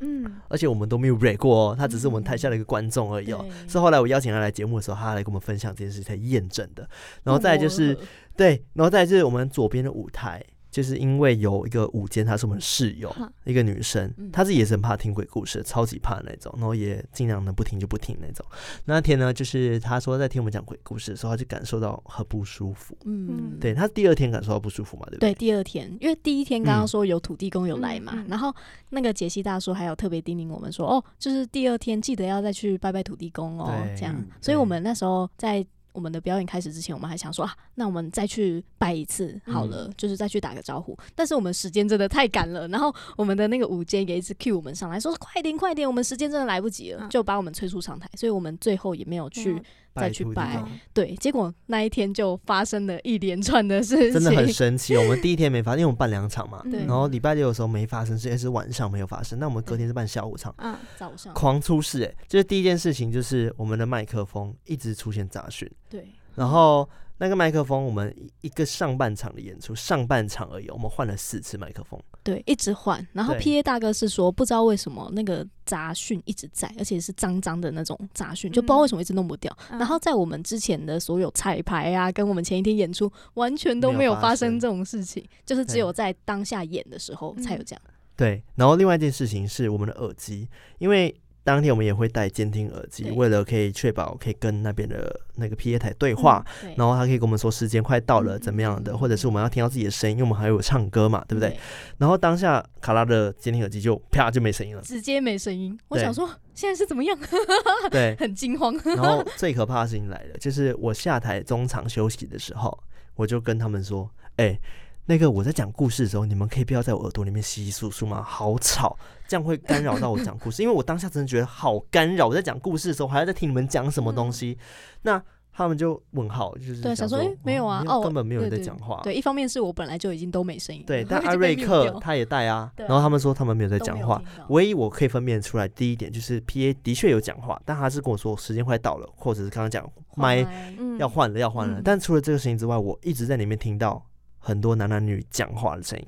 Speaker 1: 嗯，
Speaker 3: 而且我们都没有 r e 过哦，他只是我们台下的一个观众而已哦。
Speaker 5: 对
Speaker 3: 是后来我邀请他来节目的时候，他来跟我们分享这件事才验证的。然后再来就是对，然后再来就是我们左边的舞台，就是因为有一个舞间，她是我们室友
Speaker 1: 哈，
Speaker 3: 一个女生
Speaker 5: 嗯，
Speaker 3: 她自己也是很怕听鬼故事，超级怕那种，然后也尽量能不听就不听那种。那天呢，就是她说在听我们讲鬼故事的时候，她就感受到很不舒服。
Speaker 5: 嗯，
Speaker 3: 对，她第二天感受到不舒服嘛，对不
Speaker 5: 对，？第二天，因为第一天
Speaker 3: 嗯
Speaker 5: 刚刚说有土地公有来嘛，
Speaker 1: 嗯嗯
Speaker 5: 然后那个杰西大叔还有特别叮咛我们说，哦，就是第二天记得要再去拜拜土地公哦
Speaker 3: 对，
Speaker 5: 这样
Speaker 2: 嗯。
Speaker 5: 所
Speaker 3: 对
Speaker 5: 以我们那时候在我们的表演开始之前，我们还想说啊，那我们再去拜一次好了，
Speaker 3: 嗯
Speaker 5: 就是再去打个招呼。但是我们时间真的太赶了，然后我们的那个舞间也一直 cue 我们上来说快点快点，我们时间真的来不及了，
Speaker 1: 嗯
Speaker 5: 就把我们催出场台，所以我们最后也没有去。
Speaker 1: 没有
Speaker 3: 拜
Speaker 5: 再去
Speaker 3: 托哦地
Speaker 5: 拜
Speaker 3: 方
Speaker 5: 对，结果那一天就发生了一连串的事情，
Speaker 3: 真的很神奇。我们第一天没发生，因为我们办两场嘛，
Speaker 1: 对
Speaker 5: 嗯
Speaker 3: 然后礼拜六的时候没发生，所以是晚上没有发生。那我们隔天是办下午场，
Speaker 1: 啊，
Speaker 5: 早上
Speaker 3: 狂出事哎、就是第一件事情就是我们的麦克风一直出现杂讯，
Speaker 5: 对。
Speaker 3: 然后那个麦克风我们一一个上半场的演出，上半场而已，我们换了四次麦克风，
Speaker 5: 对，一直换。然后
Speaker 3: 对
Speaker 5: P A 大哥是说，不知道为什么那个杂讯一直在，而且是脏脏的那种杂讯，就不知道为什么一直弄不掉。
Speaker 1: 嗯
Speaker 5: 然后在我们之前的所有彩排啊，跟我们前一天演出，完全都
Speaker 3: 没有
Speaker 5: 没有
Speaker 3: 发
Speaker 5: 发
Speaker 3: 生
Speaker 5: 生这种事情，就是只
Speaker 3: 对
Speaker 5: 有在当下演的时候才有这样。
Speaker 3: 对。然后另外一件事情是我们的耳机，因为当天我们也会戴监听耳机，
Speaker 5: 对
Speaker 3: 为了可以确保可以跟那边的那个 PA 台对话，
Speaker 5: 对，
Speaker 3: 然后他可以跟我们说时间快到了怎么样的，
Speaker 5: 嗯，
Speaker 3: 或者是我们要听到自己的声音，因为我们还有唱歌嘛，对不对？？然后当下卡拉的监听耳机就啪就没声音了
Speaker 5: 直接没声音。我
Speaker 3: 对
Speaker 5: 想说，现在是怎么样？
Speaker 3: 对。
Speaker 5: 很惊慌。
Speaker 3: 然后 最可怕的事情来了，就是我下台中场休息的时候，我就跟他们说：“哎、那个我在讲故事的时候，你们可以不要在我耳朵里面稀稀疏疏吗？好吵，这样会干扰到我讲故事。因为我当下真的觉得好干扰，我在讲故事的时候还要在听你们讲什么东西。那他们就问号，就是
Speaker 5: 嗯对
Speaker 3: 想
Speaker 5: 想说哎没有啊
Speaker 3: 没
Speaker 5: 哦
Speaker 3: 根本没有人在
Speaker 5: 对对
Speaker 3: 讲话。
Speaker 5: 对，一方面是我本来就已经都没声音了，
Speaker 3: 对
Speaker 5: 然
Speaker 3: 但
Speaker 5: 后
Speaker 3: 艾
Speaker 5: 就被
Speaker 3: 瑞
Speaker 5: mute
Speaker 3: 克
Speaker 5: 掉
Speaker 3: 他也带啊，
Speaker 5: 对
Speaker 3: 然后他们说他们没有在
Speaker 5: 都
Speaker 3: 讲
Speaker 5: 没有
Speaker 3: 话，
Speaker 5: 听到
Speaker 3: 唯一我可以分辨出来，第一点就是 P A 的确有讲话，但他是跟我说时间快到了，或者是刚刚讲麦
Speaker 5: 麦
Speaker 1: 嗯
Speaker 3: 要换了要换了。
Speaker 5: 嗯
Speaker 3: 但除了这个事情之外，我一直在里面听到很多男男女讲话的声音。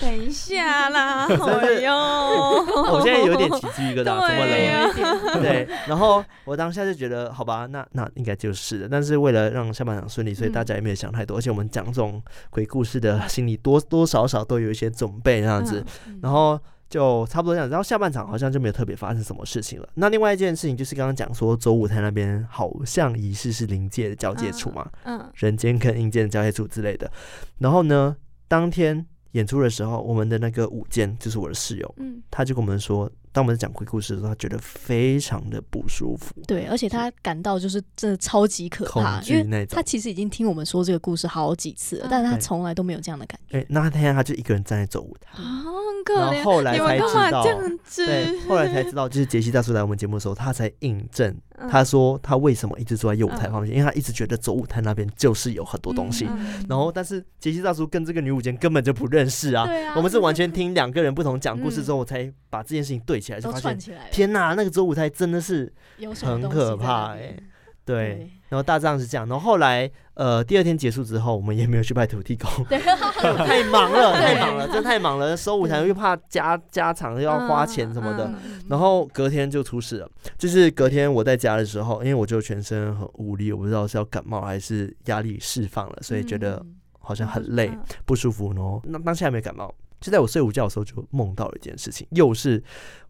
Speaker 1: 等一下 啦，哎
Speaker 3: 是
Speaker 1: 呦，
Speaker 3: 我现在有点起鸡皮疙瘩，怎么
Speaker 5: 哎
Speaker 1: 对
Speaker 5: 啊
Speaker 3: 了？
Speaker 1: 呀
Speaker 3: 对，然后我当下就觉得，好吧，那那应该就是了。但是为了让下半场顺利，所以大家也没有想太多，而且我们讲这种鬼故事的心里多多少少都有一些准备那样子。
Speaker 5: 嗯
Speaker 3: 然后就差不多这样子。然后下半场好像就没有特别发生什么事情了。那另外一件事情就是刚刚讲说，周舞台那边好像疑似是灵界的交界处嘛，
Speaker 1: 嗯
Speaker 3: 人间跟阴间的交界处之类的。然后呢，当天演出的时候，我们的那个舞间就是我的室友，
Speaker 1: 嗯
Speaker 3: 他就跟我们说，当我们在讲鬼故事的时候，他觉得非常的不舒服，
Speaker 5: 对，而且他感到就是真的超级可
Speaker 3: 恐
Speaker 5: 怕，因
Speaker 3: 惧
Speaker 5: 为
Speaker 3: 那种
Speaker 5: 他。其实已经听我们说这个故事好几次了，
Speaker 4: 嗯
Speaker 5: 但是他
Speaker 3: 对
Speaker 5: 从来都没有这样的感觉。
Speaker 3: 哎、那天他就一个人站在走舞台，
Speaker 4: 啊，很
Speaker 3: 嗯然
Speaker 4: 可
Speaker 3: 后
Speaker 4: 怜。
Speaker 3: 后来
Speaker 4: 你们
Speaker 3: 才知
Speaker 4: 干嘛
Speaker 3: 道
Speaker 4: 这，样
Speaker 3: 对
Speaker 4: 子？，
Speaker 3: 后来才知道，就是杰西大叔来我们节目的时候，他才印证，
Speaker 4: 嗯
Speaker 3: 他说他为什么一直坐在右舞台
Speaker 4: 嗯
Speaker 3: 旁边，因为他一直觉得走舞台那边就是有很多东西。
Speaker 4: 嗯
Speaker 3: 然后，但是杰西大叔跟这个女舞间根本就不认识啊，
Speaker 4: 对啊，
Speaker 3: 我们是完全听两个人不同讲故事之后，我才把这件事情对起来，就
Speaker 5: 都
Speaker 3: 发现
Speaker 5: 串起来了，
Speaker 3: 天呐，那个走舞台真的是
Speaker 5: 有什么
Speaker 3: 很
Speaker 5: 东西
Speaker 3: 可
Speaker 5: 在那
Speaker 3: 怕哎、
Speaker 5: 边
Speaker 3: 对，然后大致上是这样。然后后来，呃，第二天结束之后，我们也没有去拜 土地公，
Speaker 5: 对
Speaker 3: 太忙了，
Speaker 5: 对
Speaker 3: 太忙了，真太忙了。收舞台又怕加加场又要花钱什么的，
Speaker 4: 嗯
Speaker 3: 然后隔天就出事了。就是隔天我在家的时候，因为我就全身很无力，我不知道是要感冒还是压力释放了，所以觉得
Speaker 5: 嗯
Speaker 3: 好像很累、
Speaker 4: 嗯
Speaker 3: 不舒服。然后那当下还没感冒，就在我睡午觉的时候就梦到了一件事情，又是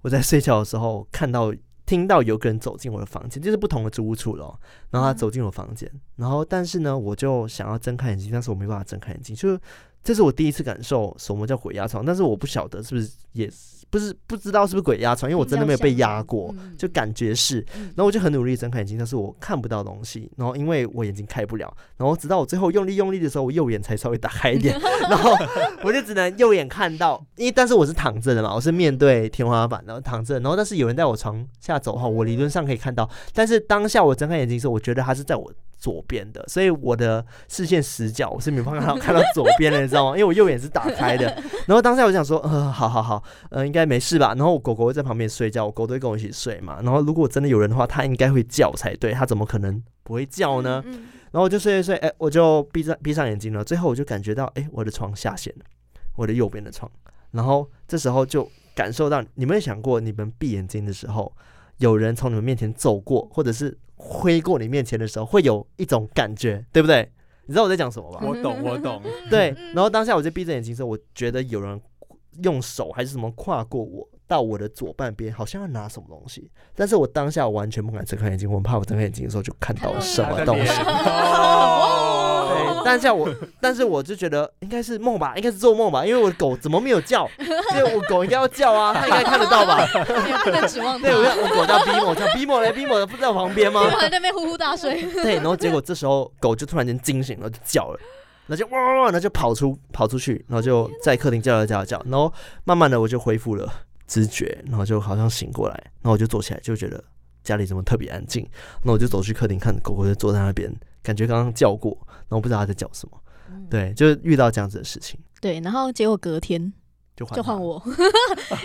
Speaker 3: 我在睡觉的时候看到。听到有个人走进我的房间，就是不同的租屋处了哦。然后他
Speaker 4: 嗯
Speaker 3: 走进我房间，然后但是呢，我就想要睁开眼睛，但是我没办法睁开眼睛，就是这是我第一次感受什么叫鬼压床，但是我不晓得是不是也不是不知道是不是鬼压床，因为我真的没有被压过，，
Speaker 5: 嗯
Speaker 3: 就感觉是，然后我就很努力睁开眼睛，但是我看不到东西，然后因为我眼睛开不了，然后直到我最后用力用力的时候，我右眼才稍微打开一点，然后我就只能右眼看到，因为但是我是躺着的嘛，我是面对天花板，然后躺着，然后但是有人在我床下走的话，我理论上可以看到，但是当下我睁开眼睛的时候，我觉得他是在我。左边的，所以我的视线死角，我是没办法看到看到左边的，你知道吗？因为我右眼是打开的。然后当下我想说，呃，好好好，呃，应该没事吧？然后我狗狗会在旁边睡觉，我狗都会跟我一起睡嘛。然后如果真的有人的话，它应该会叫才对，它怎么可能不会叫呢？
Speaker 4: 嗯？
Speaker 3: 然后我就睡一睡，哎、我就闭上闭上眼睛了。最后我就感觉到，哎、我的床下陷了，我的右边的床。然后这时候就感受到，你们有想过，你们闭眼睛的时候，有人从你们面前走过，或者是挥过你面前的时候，会有一种感觉，对不对？你知道我在讲什么吧？
Speaker 2: 我懂，我懂，
Speaker 3: 对，然后当下我就闭着眼睛的时候，我觉得有人用手还是什么跨过我到我的左半边，好像要拿什么东西，但是我当下完全不敢睁开眼睛，我很怕我睁开眼睛的时候就看到
Speaker 2: 嗯
Speaker 3: 了什么东西。 对，但是我，但是我就觉得应该是梦吧，应该是做梦吧，因为我的狗怎么没有 叫？因为我狗应该要叫啊，它应该看得到吧？
Speaker 5: 嗯也不能指望
Speaker 3: 对，我
Speaker 5: 他，
Speaker 3: 要我狗叫 BMO，叫 BMO 来 BMO 不在我旁边吗
Speaker 5: 不？然在那边呼呼大睡。
Speaker 3: 对，然后结果这时候狗就突然间惊醒了，就叫了，然后就哇哇，哇然后就跑出跑出去，然后就在客厅叫了叫了叫，然后慢慢的我就恢复了知觉，然后就好像醒过来，然后我就坐起来，就觉得家里怎么特别安静，然后我就走去客厅看狗狗就坐在那边，感觉刚刚叫过，然后不知道它在叫什么，对，就是遇到这样子的事情
Speaker 5: 对，然后结果隔天
Speaker 3: 就换
Speaker 5: 就换
Speaker 3: 它，
Speaker 5: 我，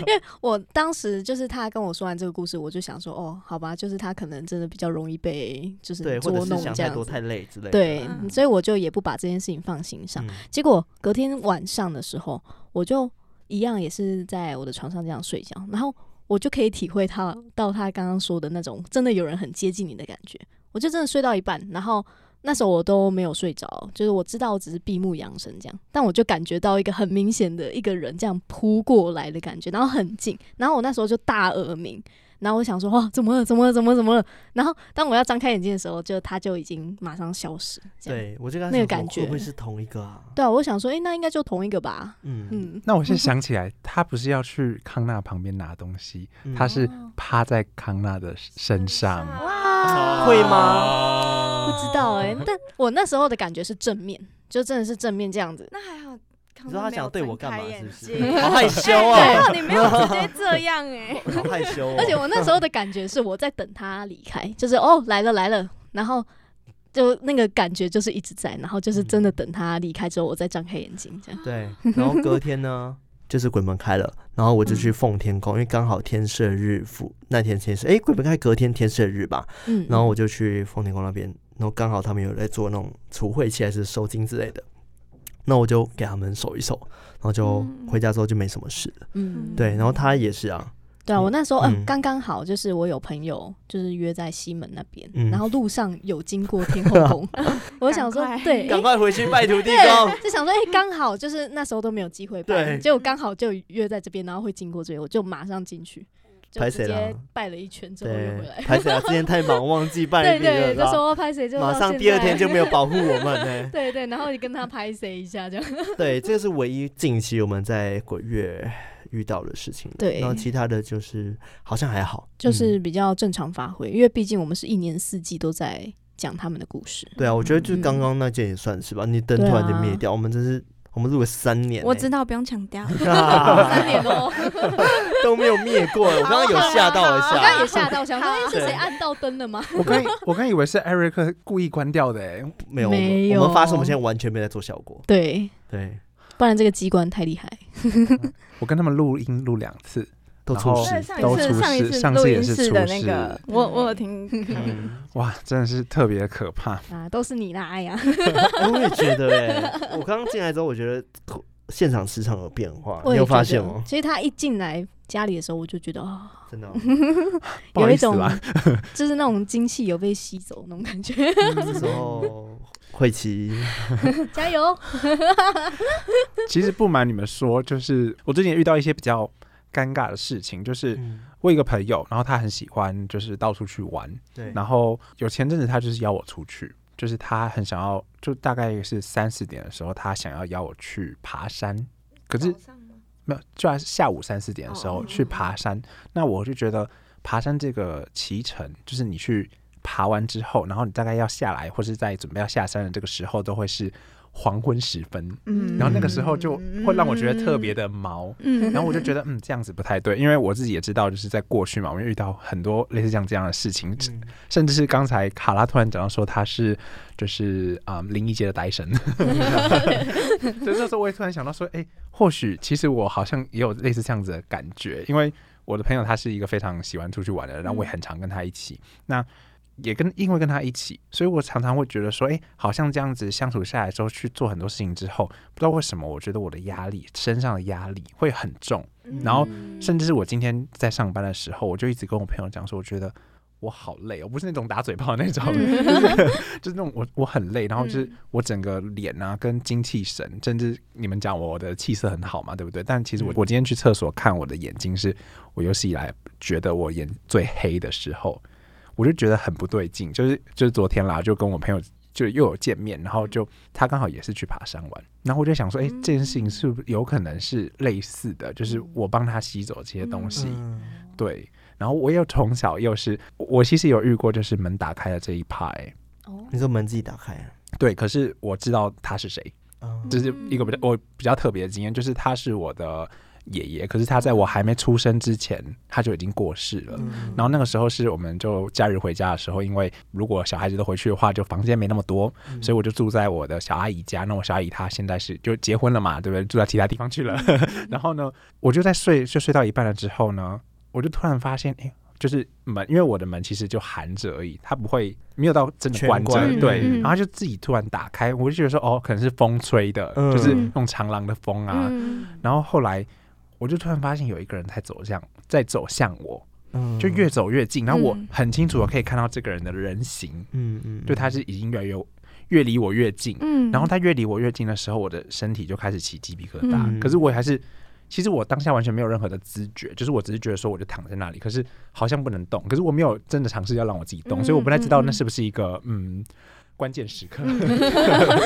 Speaker 5: 因为我当时就是他跟我说完这个故事，我就想说，哦，好吧，就是他可能真的比较容易被就是
Speaker 3: 对，或
Speaker 5: 嗯捉
Speaker 3: 者是
Speaker 5: 弄
Speaker 3: 想
Speaker 5: 这
Speaker 3: 太
Speaker 5: 样
Speaker 3: 多
Speaker 5: 子。
Speaker 3: 太累之类的，
Speaker 5: 对，
Speaker 4: 嗯
Speaker 5: 所以我就也不把这件事情放心上。
Speaker 3: 嗯，
Speaker 5: 结果隔天晚上的时候，我就一样也是在我的床上这样睡觉，然后我就可以体会他到他刚刚说的那种真的有人很接近你的感觉。我就真的睡到一半，然后那时候我都没有睡着，就是我知道我只是闭目养神这样，但我就感觉到一个很明显的一个人这样扑过来的感觉，然后很近，然后我那时候就大耳鸣。然后我想说，哇，怎么了？怎么了？怎么了怎么了？然后当我要张开眼睛的时候，就他就已经马上消失。这样，
Speaker 3: 对我就跟他
Speaker 5: 那个
Speaker 3: 想说
Speaker 5: 感觉
Speaker 3: 会不会是同一个啊？
Speaker 5: 对啊，我想说，诶，那应该就同一个吧。
Speaker 3: 嗯，
Speaker 5: 嗯，
Speaker 2: 那我现在想起来，他不是要去康纳旁边拿东西，
Speaker 3: 嗯
Speaker 2: 他是趴在康纳的身上。
Speaker 5: 哇
Speaker 3: 会
Speaker 5: 不
Speaker 2: 吗
Speaker 5: 知道哎、
Speaker 3: 哦
Speaker 5: 但我那时候的感觉是正面，就真的是正面这样子。
Speaker 4: 那还好，
Speaker 3: 你说他想对我干嘛？是不 是？好
Speaker 4: 哎，
Speaker 3: 害羞 哦，
Speaker 4: 还好你没有直接这样 哎。
Speaker 3: 好害羞哦。
Speaker 5: 而且我那时候的感觉是我在等他离 开，就是哦来了来了，然后就那个感觉就是一直在，然后就是真的等他离开之后，我再张开眼睛这样。
Speaker 3: 对，然后 隔天呢，就是鬼门开了，然后我就
Speaker 5: 嗯
Speaker 3: 去奉天宫，因为刚好天赦日伏那天天赦，哎，鬼门开隔天天赦日吧，
Speaker 5: 嗯，
Speaker 3: 然后我就去奉天宫那边，然后刚好他们有在做那种除晦气还是收金之类的，那我就给他们守一守，然后就
Speaker 4: 嗯
Speaker 3: 回家之后就没什么事了。
Speaker 5: 嗯
Speaker 3: 对，然后他也是啊，
Speaker 5: 对啊，我那时候嗯
Speaker 3: 嗯
Speaker 5: 刚刚好就是我有朋友就是约在西门那边，
Speaker 3: 嗯
Speaker 5: 然后路上有经过天后 宫，我想说
Speaker 4: 赶快
Speaker 5: 对，诶
Speaker 3: 赶快回去拜土地公。
Speaker 5: 对，就想说，哎、刚好就是那时候都没有机会拜，
Speaker 3: 对
Speaker 5: 结果刚好就约在这边，然后会经过这边，我就马上进去，就
Speaker 3: 拍
Speaker 5: 直
Speaker 3: 谁
Speaker 5: 接
Speaker 3: 啦
Speaker 5: 拜了一圈之后又
Speaker 3: 对
Speaker 5: 回来，。
Speaker 3: 拍谁啊？之前太忙忘记拜
Speaker 5: 对
Speaker 3: 那个
Speaker 5: 对，就
Speaker 3: 了
Speaker 5: 说哦拍谁就
Speaker 3: 啦，马
Speaker 5: 到
Speaker 3: 上
Speaker 5: 现
Speaker 3: 第二天
Speaker 5: 在
Speaker 3: 就没有保护 我们呢。
Speaker 5: 对对，然后你跟他拍谁一下这样，
Speaker 3: 对，这个是唯一近期我们在鬼月遇到的事情了。
Speaker 5: 对
Speaker 3: 然后其他的就是好像还好。嗯
Speaker 5: 就是比较正常发挥，因为毕竟我们是一年四季都在讲他们的故 事。
Speaker 3: 对啊，我觉得就
Speaker 5: 嗯
Speaker 3: 刚刚那件也算是吧，你灯突
Speaker 5: 对
Speaker 3: 然间
Speaker 5: 啊
Speaker 3: 灭掉，我们真是我们录了三年欸、
Speaker 1: 我知道，不用强 调。
Speaker 4: 三点 多，
Speaker 3: 啊都没有灭过，哦我刚刚有吓到一
Speaker 5: 我刚刚
Speaker 3: 下啊
Speaker 5: 也，吓到，想说哎是
Speaker 3: 对
Speaker 5: 谁按到灯了吗？
Speaker 2: 我刚我刚以为是 Eric 故意关掉的、欸，
Speaker 3: 没有，我
Speaker 5: 没
Speaker 3: 们
Speaker 5: 有
Speaker 3: 我们发誓我们现在完全没在做效果。
Speaker 5: 对，
Speaker 3: 对，
Speaker 5: 不然这个机关太厉害。
Speaker 2: 我跟他们录音录两次，
Speaker 3: 都
Speaker 2: 然
Speaker 3: 出
Speaker 2: 后
Speaker 3: 事
Speaker 1: 对，上一
Speaker 2: 都
Speaker 1: 次
Speaker 2: 出
Speaker 1: 上一
Speaker 2: 事
Speaker 1: 次
Speaker 2: 上
Speaker 1: 录
Speaker 2: 次也
Speaker 1: 音
Speaker 2: 是
Speaker 1: 室
Speaker 2: 出
Speaker 1: 的那个
Speaker 2: 事，
Speaker 1: 我我有听，
Speaker 3: 嗯
Speaker 2: 哇，真的是特别可怕。
Speaker 5: 啊，都是你啦，哎呀，
Speaker 3: 哎我也觉得哎，我刚刚进来之后，我觉得现场磁场有变化，你
Speaker 5: 我也
Speaker 3: 有发
Speaker 5: 觉
Speaker 3: 现
Speaker 5: 得
Speaker 3: 吗？
Speaker 5: 其实他一进来家里的时候，我就觉得哦，
Speaker 3: 真 的哦，
Speaker 2: 不好
Speaker 5: 有一
Speaker 2: 意思
Speaker 5: 种
Speaker 2: 啦，
Speaker 5: 就是那种精气有被吸走那种感觉。
Speaker 3: 这时 候慧琪
Speaker 5: 加油！
Speaker 2: 其实不瞒你们说，就是我最近也遇到一些比较尴尬的事情，
Speaker 5: 嗯
Speaker 2: 就是我有一个朋友，然后他很喜欢就是到处去玩，
Speaker 5: 嗯
Speaker 3: 对，
Speaker 2: 然后有前阵子他就是邀我出去，就是他很想要，就大概是三四点的时候，他想要邀我去爬山，可是
Speaker 1: 嗯
Speaker 2: 没有，就在下午三四点的时候
Speaker 5: 哦
Speaker 2: 去爬山。那我就觉得爬山这个骑程，就是你去爬完之后，然后你大概要下来，或是在准备要下山的这个时候，都会是黄昏时分。
Speaker 1: 嗯
Speaker 2: 然后那个时候就
Speaker 5: 嗯
Speaker 2: 会让我觉得特别的毛，
Speaker 1: 嗯
Speaker 2: 然后我就觉得嗯这样子不太对，因为我自己也知道，就是在过去嘛，我们遇到很多类似像这样的事情，
Speaker 3: 嗯
Speaker 2: 甚至是刚才卡拉突然讲到说他是就是啊、嗯林一杰的呆神， 所以那时候我也突然想到说，哎、或许其实我好像也有类似这样子的感觉，因为我的朋友他是一个非常喜欢出去玩的人，然后我也很常跟他一起，那也跟因为跟他一起，所以我常常会觉得说，哎、好像这样子相处下来之后，去做很多事情之后，不知道为什么，我觉得我的压力身上的压力会很重，然后
Speaker 3: 嗯
Speaker 2: 甚至是我今天在上班的时候，我就一直跟我朋友讲说，我觉得我好累哦，我不是那种打嘴炮的那种，就是那种我我很累，然后就是我整个脸啊跟精气神，甚至你们讲我的气色很好嘛，对不对？但其实我、
Speaker 3: 嗯
Speaker 2: 我今天去厕所看我的眼睛是，我有史以来觉得我眼最黑的时候，我就觉得很不对劲，就是就是昨天啦，就跟我朋友。就又有见面，然后就他刚好也是去爬山玩，然后我就想说，哎、
Speaker 3: 嗯
Speaker 2: 这件事情是不是有可能是类似的？就是我帮他吸走这些东西，
Speaker 3: 嗯
Speaker 2: 对。然后我又从小又是，我我其实有遇过，就是门打开了这一派、
Speaker 5: 哦，
Speaker 3: 你说门自己打开啊
Speaker 2: 对。可是我知道他是谁，
Speaker 3: 啊，
Speaker 2: 这是一个比较我比较特别的经验，就是他是我的爷爷，可是他在我还没出生之前他就已经过世了。
Speaker 3: 嗯
Speaker 2: 然后那个时候是我们就假日回家的时候，因为如果小孩子都回去的话，就房间没那么多，所以我就住在我的小阿姨家。那我小阿姨她现在是就结婚了嘛，对不对？住到其他地方去了。
Speaker 3: 嗯
Speaker 2: 然后呢，我就在睡，就睡到一半了之后呢，我就突然发现，哎、就是门，因为我的门其实就含着而已，它不会没有到真的
Speaker 3: 全
Speaker 2: 关着，
Speaker 3: 关
Speaker 2: 对。
Speaker 5: 嗯
Speaker 2: 然后它就自己突然打开，我就觉得说，哦，可能是风吹的，
Speaker 3: 嗯
Speaker 2: 就是那种长廊的风啊。
Speaker 5: 嗯，
Speaker 2: 然后后来我就突然发现有一个人在走向，在走向我。
Speaker 3: 嗯
Speaker 2: 就越走越近，然后我
Speaker 1: 嗯
Speaker 2: 很清楚的可以看到这个人的人形，
Speaker 3: 嗯嗯，
Speaker 2: 就他是已经越来越越离我越近，
Speaker 1: 嗯
Speaker 2: 然后他越离我越近的时候，我的身体就开始起鸡皮疙瘩，
Speaker 3: 嗯
Speaker 2: 可是我还是。其实我当下完全没有任何的知觉，就是我只是觉得说我就躺在那里，可是好像不能动，可是我没有真的尝试要让我自己动，
Speaker 1: 嗯
Speaker 2: 所以我不太知道
Speaker 1: 嗯
Speaker 2: 那是不是一个嗯关键时刻。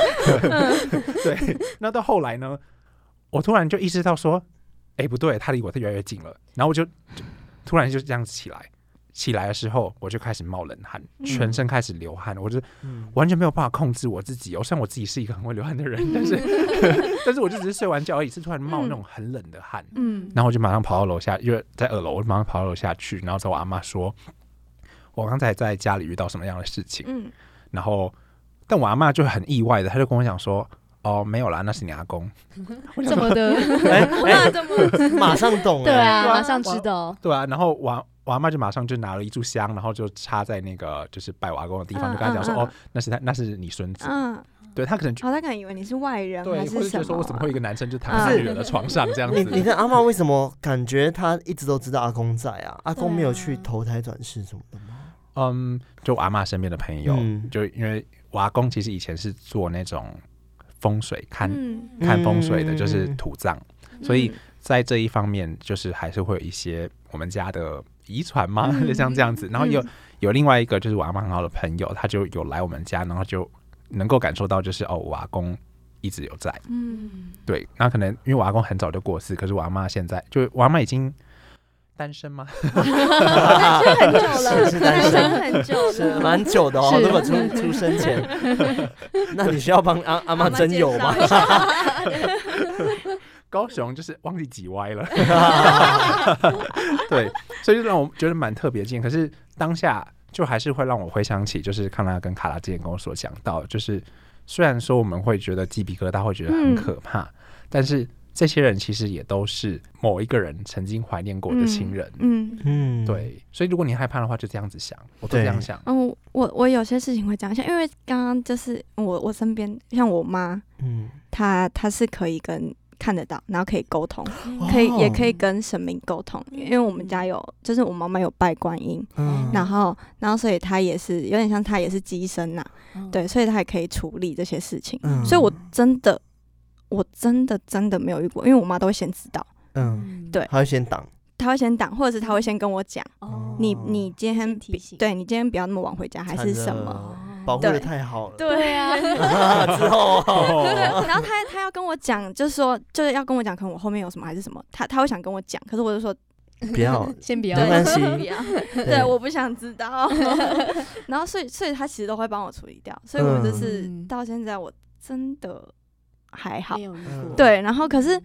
Speaker 2: 对，那到后来呢，我突然就意识到说，哎、不对，他离我越来越近了，然后我就就突然就这样子起来，起来的时候我就开始冒冷汗，全
Speaker 1: 嗯
Speaker 2: 身开始流汗，我就
Speaker 3: 嗯
Speaker 2: 完全没有办法控制我自己、哦。虽然我自己是一个很会流汗的人，但是 但是我就只是睡完觉而已，是突然冒那种很冷的汗，
Speaker 1: 嗯
Speaker 2: 然后我就马上跑到楼下，因为在二楼，我就马上跑到楼下去，然后找我阿妈说，我刚才在家里遇到什么样的事情，
Speaker 1: 嗯
Speaker 2: 然后但我阿妈就很意外的，她就跟我讲说。哦，没有啦，那是你阿公。
Speaker 5: 这么的，
Speaker 3: 哎
Speaker 1: 那
Speaker 3: 哎，
Speaker 1: 怎么
Speaker 3: 马上懂
Speaker 5: 对
Speaker 3: 哎，
Speaker 5: 啊，
Speaker 2: 对啊
Speaker 5: 马上知道，
Speaker 2: 对啊，然后我阿我阿妈就马上就拿了一炷香，然后就插在那个就是拜我阿公的地方，
Speaker 1: 嗯
Speaker 2: 就跟他讲说，
Speaker 1: 嗯
Speaker 2: 哦，那是他，那是你孙子。
Speaker 1: 嗯，哦，
Speaker 2: 对他可能就
Speaker 1: 他可能以为你是外人
Speaker 2: 对，
Speaker 1: 还
Speaker 2: 或者觉
Speaker 1: 什
Speaker 2: 得说，
Speaker 1: 么
Speaker 2: 为
Speaker 1: 啊？
Speaker 2: 什么会有一个男生就躺在
Speaker 1: 嗯
Speaker 2: 女儿的床上这样
Speaker 3: 你你
Speaker 2: 子？
Speaker 3: 的阿嬷为什么感觉她一直都知道阿公在啊？阿公
Speaker 5: 对啊
Speaker 3: 没有去投胎转世什么的吗？
Speaker 2: 嗯，就我阿妈身边的朋友，
Speaker 3: 嗯
Speaker 2: 就因为我阿公其实以前是做那种风水看、
Speaker 1: 嗯，
Speaker 2: 看风水的，
Speaker 3: 嗯
Speaker 2: 就是土葬，所以在这一方面，就是还是会有一些我们家的遗传嘛， 就像这样
Speaker 1: 嗯
Speaker 2: 子。然后有、有另外一个就是我阿妈很好的朋友，他就有来我们家，然后就能够感受到，就是哦，我阿公一直有在。
Speaker 1: 嗯，
Speaker 2: 对，那可能因为我阿公很早就过世，可是我阿妈现在就我阿妈已经单身吗？
Speaker 4: 单身很久
Speaker 3: 是
Speaker 4: 了，
Speaker 3: 是单身
Speaker 4: 很久
Speaker 3: 是
Speaker 4: 了，
Speaker 3: 蛮久的哦，
Speaker 5: 是
Speaker 3: 那么出出生前，那你需要帮阿阿妈
Speaker 4: 妈
Speaker 3: 真
Speaker 4: 介
Speaker 3: 有吗？
Speaker 2: 高雄就是忘记挤歪了， 对，所以就让我觉得蛮特别劲。可是当下就还是会让我回想起，就是康纳跟卡拉之前跟我所讲到的，就是虽然说我们会觉得鸡皮疙瘩，会觉得
Speaker 1: 嗯
Speaker 2: 很可怕，但是这些人其实也都是某一个人曾经怀念过的亲人。
Speaker 1: 嗯。
Speaker 3: 嗯，
Speaker 2: 对，所以如果你害怕的话，就这样子想，我都这样
Speaker 3: 对
Speaker 2: 想。
Speaker 1: 嗯，我我有些事情会这样想，因为刚刚就是我我身边像我妈，
Speaker 3: 嗯，
Speaker 1: 她她是可以跟看得到，然后可以沟通，可以也
Speaker 3: 哦
Speaker 1: 可以跟神明沟通，因为我们家有就是我妈妈有拜观音，
Speaker 3: 嗯，
Speaker 1: 然后然后所以她也是有点像她也是机身呐、
Speaker 5: 嗯，
Speaker 1: 对，所以她也可以处理这些事情，
Speaker 3: 嗯
Speaker 1: 所以我真的我真的真的没有遇过，因为我妈都会先知道，
Speaker 3: 嗯，
Speaker 1: 对
Speaker 3: 他会先挡，
Speaker 1: 她会先挡，或者是她会先跟我讲，
Speaker 5: 哦
Speaker 1: 你你今天
Speaker 5: 先提
Speaker 1: 比
Speaker 5: 醒
Speaker 1: 对你今天不要那么晚回家还是什么。
Speaker 5: 哦
Speaker 3: 保护的
Speaker 1: 对
Speaker 3: 太好了，
Speaker 5: 对啊，
Speaker 3: 之后啊
Speaker 1: 然后他他要跟我讲，就是说就是要跟我讲，可能我后面有什么还是什么，他他会想跟我讲，可是我就说，
Speaker 3: 不要，
Speaker 5: 先不要
Speaker 3: 没关系，
Speaker 1: 对， 我不想知道。 然后所以所以他其实都会帮我处理掉，所以我就是、
Speaker 5: 嗯
Speaker 1: 到现在我真的还好
Speaker 5: 没。有遇过
Speaker 1: 对，然后可是
Speaker 3: 嗯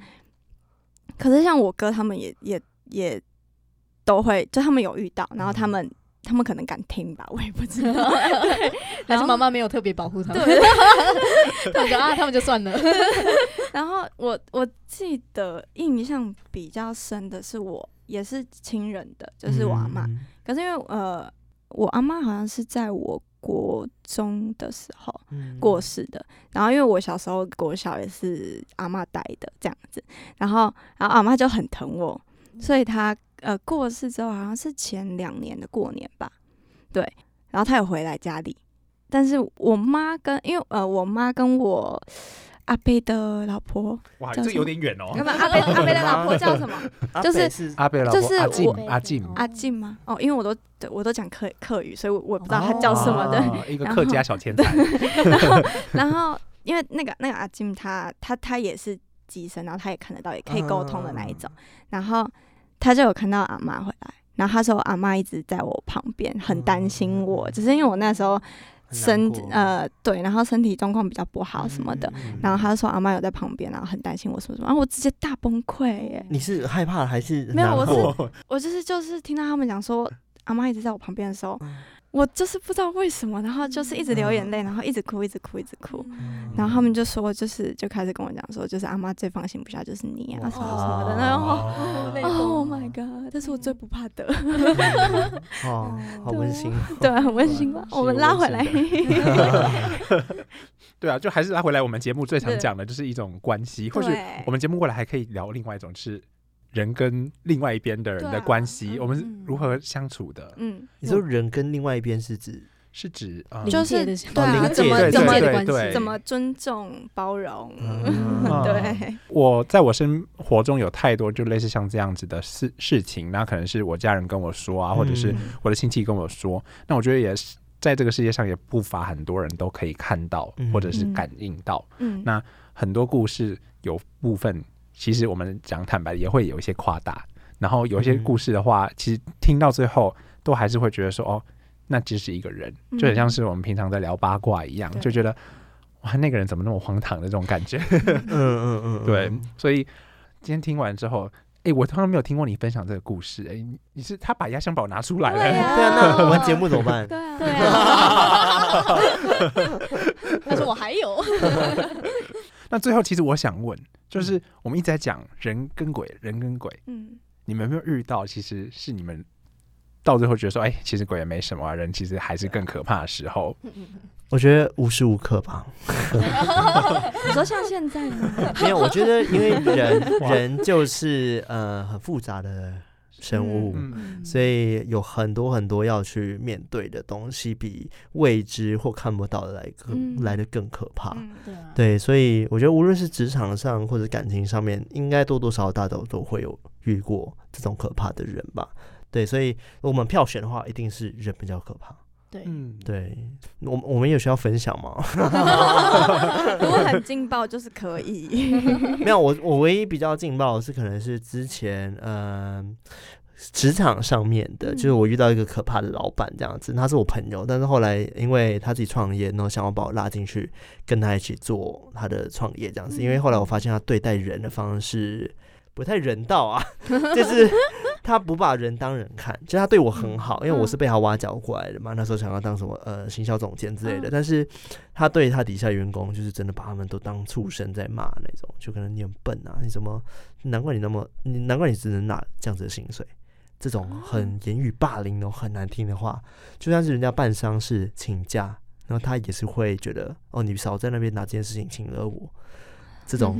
Speaker 1: 可是像我哥他们也也也都会，就他们有遇到，然后
Speaker 3: 嗯
Speaker 1: 他们、他们可能敢听吧，我也不知 道。对，
Speaker 5: 还
Speaker 1: 然
Speaker 5: 是
Speaker 1: 后
Speaker 5: 妈妈没有特别保护他们，
Speaker 1: 对，
Speaker 5: 他们就啊，他们就算了。
Speaker 1: 然后我我记得印象比较深的是我也是亲人的，就是我阿妈。
Speaker 3: 嗯，
Speaker 1: 可是因为呃，我阿妈好像是在我国中的时候
Speaker 3: 嗯
Speaker 1: 过世的，然后因为我小时候国小也是阿妈带的这样子，然后然后阿妈就很疼我，所以她呃过世之后好像是前两年的过年吧，对，然后她有回来家里，但是我妈跟因为呃我妈跟我阿贝的老婆，
Speaker 2: 哇，
Speaker 1: 叫
Speaker 2: 这
Speaker 1: 什
Speaker 2: 有
Speaker 1: 么
Speaker 2: 点远哦。
Speaker 1: 那么阿贝阿贝的老婆叫什么？
Speaker 3: 阿
Speaker 1: 就是
Speaker 3: 北是
Speaker 2: 阿贝老婆
Speaker 1: 就是
Speaker 2: 阿静
Speaker 1: 我，
Speaker 2: 阿静
Speaker 5: 哦
Speaker 1: 阿静吗？哦，因为我都对我都讲客客语，所以我我也不知道她叫什么的。
Speaker 2: 哦一个
Speaker 1: 然
Speaker 2: 客
Speaker 1: 后
Speaker 2: 家小天才。
Speaker 1: 然后因为那个那个阿金他他他也是机身，然后他也看得到，也可以沟通的那一种。然后他就有看到阿妈回来，然后他说阿妈一直在我旁边，很担心我，只是因为我那时候身呃对，然后身体状况比较不好什么的。，
Speaker 3: 嗯
Speaker 1: 然后他就说阿妈有在旁边，然后很担心我什么什么，然啊后我直接大崩溃耶！
Speaker 3: 你是害怕还是
Speaker 1: 没有我是
Speaker 3: 难过
Speaker 1: 我就是就是听到他们讲说阿妈一直在我旁边的时候
Speaker 3: 嗯，
Speaker 1: 我就是不知道为什么，然后就是一直流眼泪，然后一直哭，一直哭，一直哭。然后他们就说，就是就开始跟我讲说，就是阿妈最放心不下就是你啊，什么什么的。然后
Speaker 2: 哦
Speaker 5: 泪
Speaker 1: ，Oh
Speaker 5: 崩
Speaker 1: my god，这是我最不怕的，
Speaker 3: 哦，
Speaker 1: 对
Speaker 3: 好
Speaker 1: 啊
Speaker 3: 温馨，
Speaker 1: 对，很温馨吧？我们拉回来，
Speaker 2: 对啊，就还是拉回来我们节目最常
Speaker 1: 对
Speaker 2: 讲的就是一种关系，或许
Speaker 1: 嗯对
Speaker 2: 我，们节目过来还可以聊另外一种是人跟另外一边的人
Speaker 1: 对
Speaker 2: 的
Speaker 1: 啊
Speaker 2: 关系，
Speaker 1: 嗯
Speaker 2: 我们是如何相处的，
Speaker 1: 嗯，
Speaker 3: 你说人跟另外一边是指
Speaker 2: 是指啊，
Speaker 1: 就
Speaker 5: 临界的
Speaker 1: 是
Speaker 5: 想
Speaker 1: 对
Speaker 3: 哦
Speaker 1: 啊，
Speaker 3: 临
Speaker 1: 怎
Speaker 3: 界
Speaker 1: 么
Speaker 3: 对
Speaker 1: 怎么
Speaker 5: 临界
Speaker 2: 对
Speaker 5: 的关
Speaker 2: 对
Speaker 5: 系
Speaker 1: 怎么尊重包容，
Speaker 3: 嗯
Speaker 1: 对，
Speaker 2: 我在我生活中有太多就类似像这样子的事事情，那可能是我家人跟我说啊，或者是
Speaker 3: 嗯
Speaker 2: 我的亲戚跟我说，那我觉得也是在这个世界上也不乏很多人都可以看到
Speaker 3: 嗯
Speaker 2: 或者是
Speaker 1: 嗯
Speaker 2: 感应到。
Speaker 1: 嗯
Speaker 2: 那很多故事有部分，其实我们讲坦白也会有一些夸大，然后有一些
Speaker 3: 嗯
Speaker 2: 故事的话，其实听到最后都还是会觉得说，哦，那只是一个人，
Speaker 1: 嗯
Speaker 2: 就很像是我们平常在聊八卦一样，
Speaker 1: 对
Speaker 2: 就觉得哇，那个人怎么那么荒唐的这种感觉。
Speaker 3: 嗯嗯 嗯，
Speaker 2: 对，所以今天听完之后。哎、我从来没有听过你分享这个故事。哎、你你是他把压箱宝拿出来
Speaker 4: 对
Speaker 2: 了，
Speaker 3: 对啊，那 我们节目怎么办？
Speaker 1: 对啊，
Speaker 4: 对 啊，
Speaker 5: 他说我还有，
Speaker 2: 那最后，其实我想问，就是我们一直在讲人跟鬼，人跟鬼，
Speaker 1: 嗯，
Speaker 2: 你们有没有遇到，其实是你们到最后觉得说，哎、其实鬼也没什么、啊，人其实还是更可怕的时候？
Speaker 3: 我觉得无时无刻吧，
Speaker 1: 你说像现在吗？
Speaker 3: 没有，我觉得因为人
Speaker 2: 哇
Speaker 3: 人就是呃很复杂的生物，
Speaker 2: 嗯，
Speaker 3: 所以有很多很多要去面对的东西，比未知或看不到的来更、
Speaker 1: 嗯
Speaker 3: 来的更可怕。
Speaker 1: 嗯
Speaker 5: 对啊，
Speaker 3: 对，所以我觉得无论是职场上或者感情上面，应该多多少少大家都都会有遇过这种可怕的人吧。对，所以我们票选的话，一定是人比较可怕。
Speaker 5: 对，
Speaker 2: 嗯，
Speaker 3: 对，我们我们有需要分享吗？
Speaker 1: 如果很劲爆就是可以。
Speaker 3: 没有，我我唯一比较劲爆的是，可能是之前嗯、职场上面的，就是我遇到一个可怕的老板这样子，他是我朋友，但是后来因为他自己创业，然后想要把我拉进去跟他一起做他的创业这样子，因为后来我发现他对待人的方式不太人道啊， 就是他不把人当人看，就是他对我很好，因为我是被他挖角过来的嘛，那时候想要当什么呃行销总监之类的，
Speaker 5: 嗯
Speaker 3: 但是他对他底下员工就是真的把他们都当畜生在骂那种，就可能你很笨啊，你怎么难怪你那么你难怪你只能拿这样子的薪水。这种很言语霸凌的很难听的话，就算是人家办丧事请假，然后他也是会觉得哦，你少在那边拿这件事情请了我，这种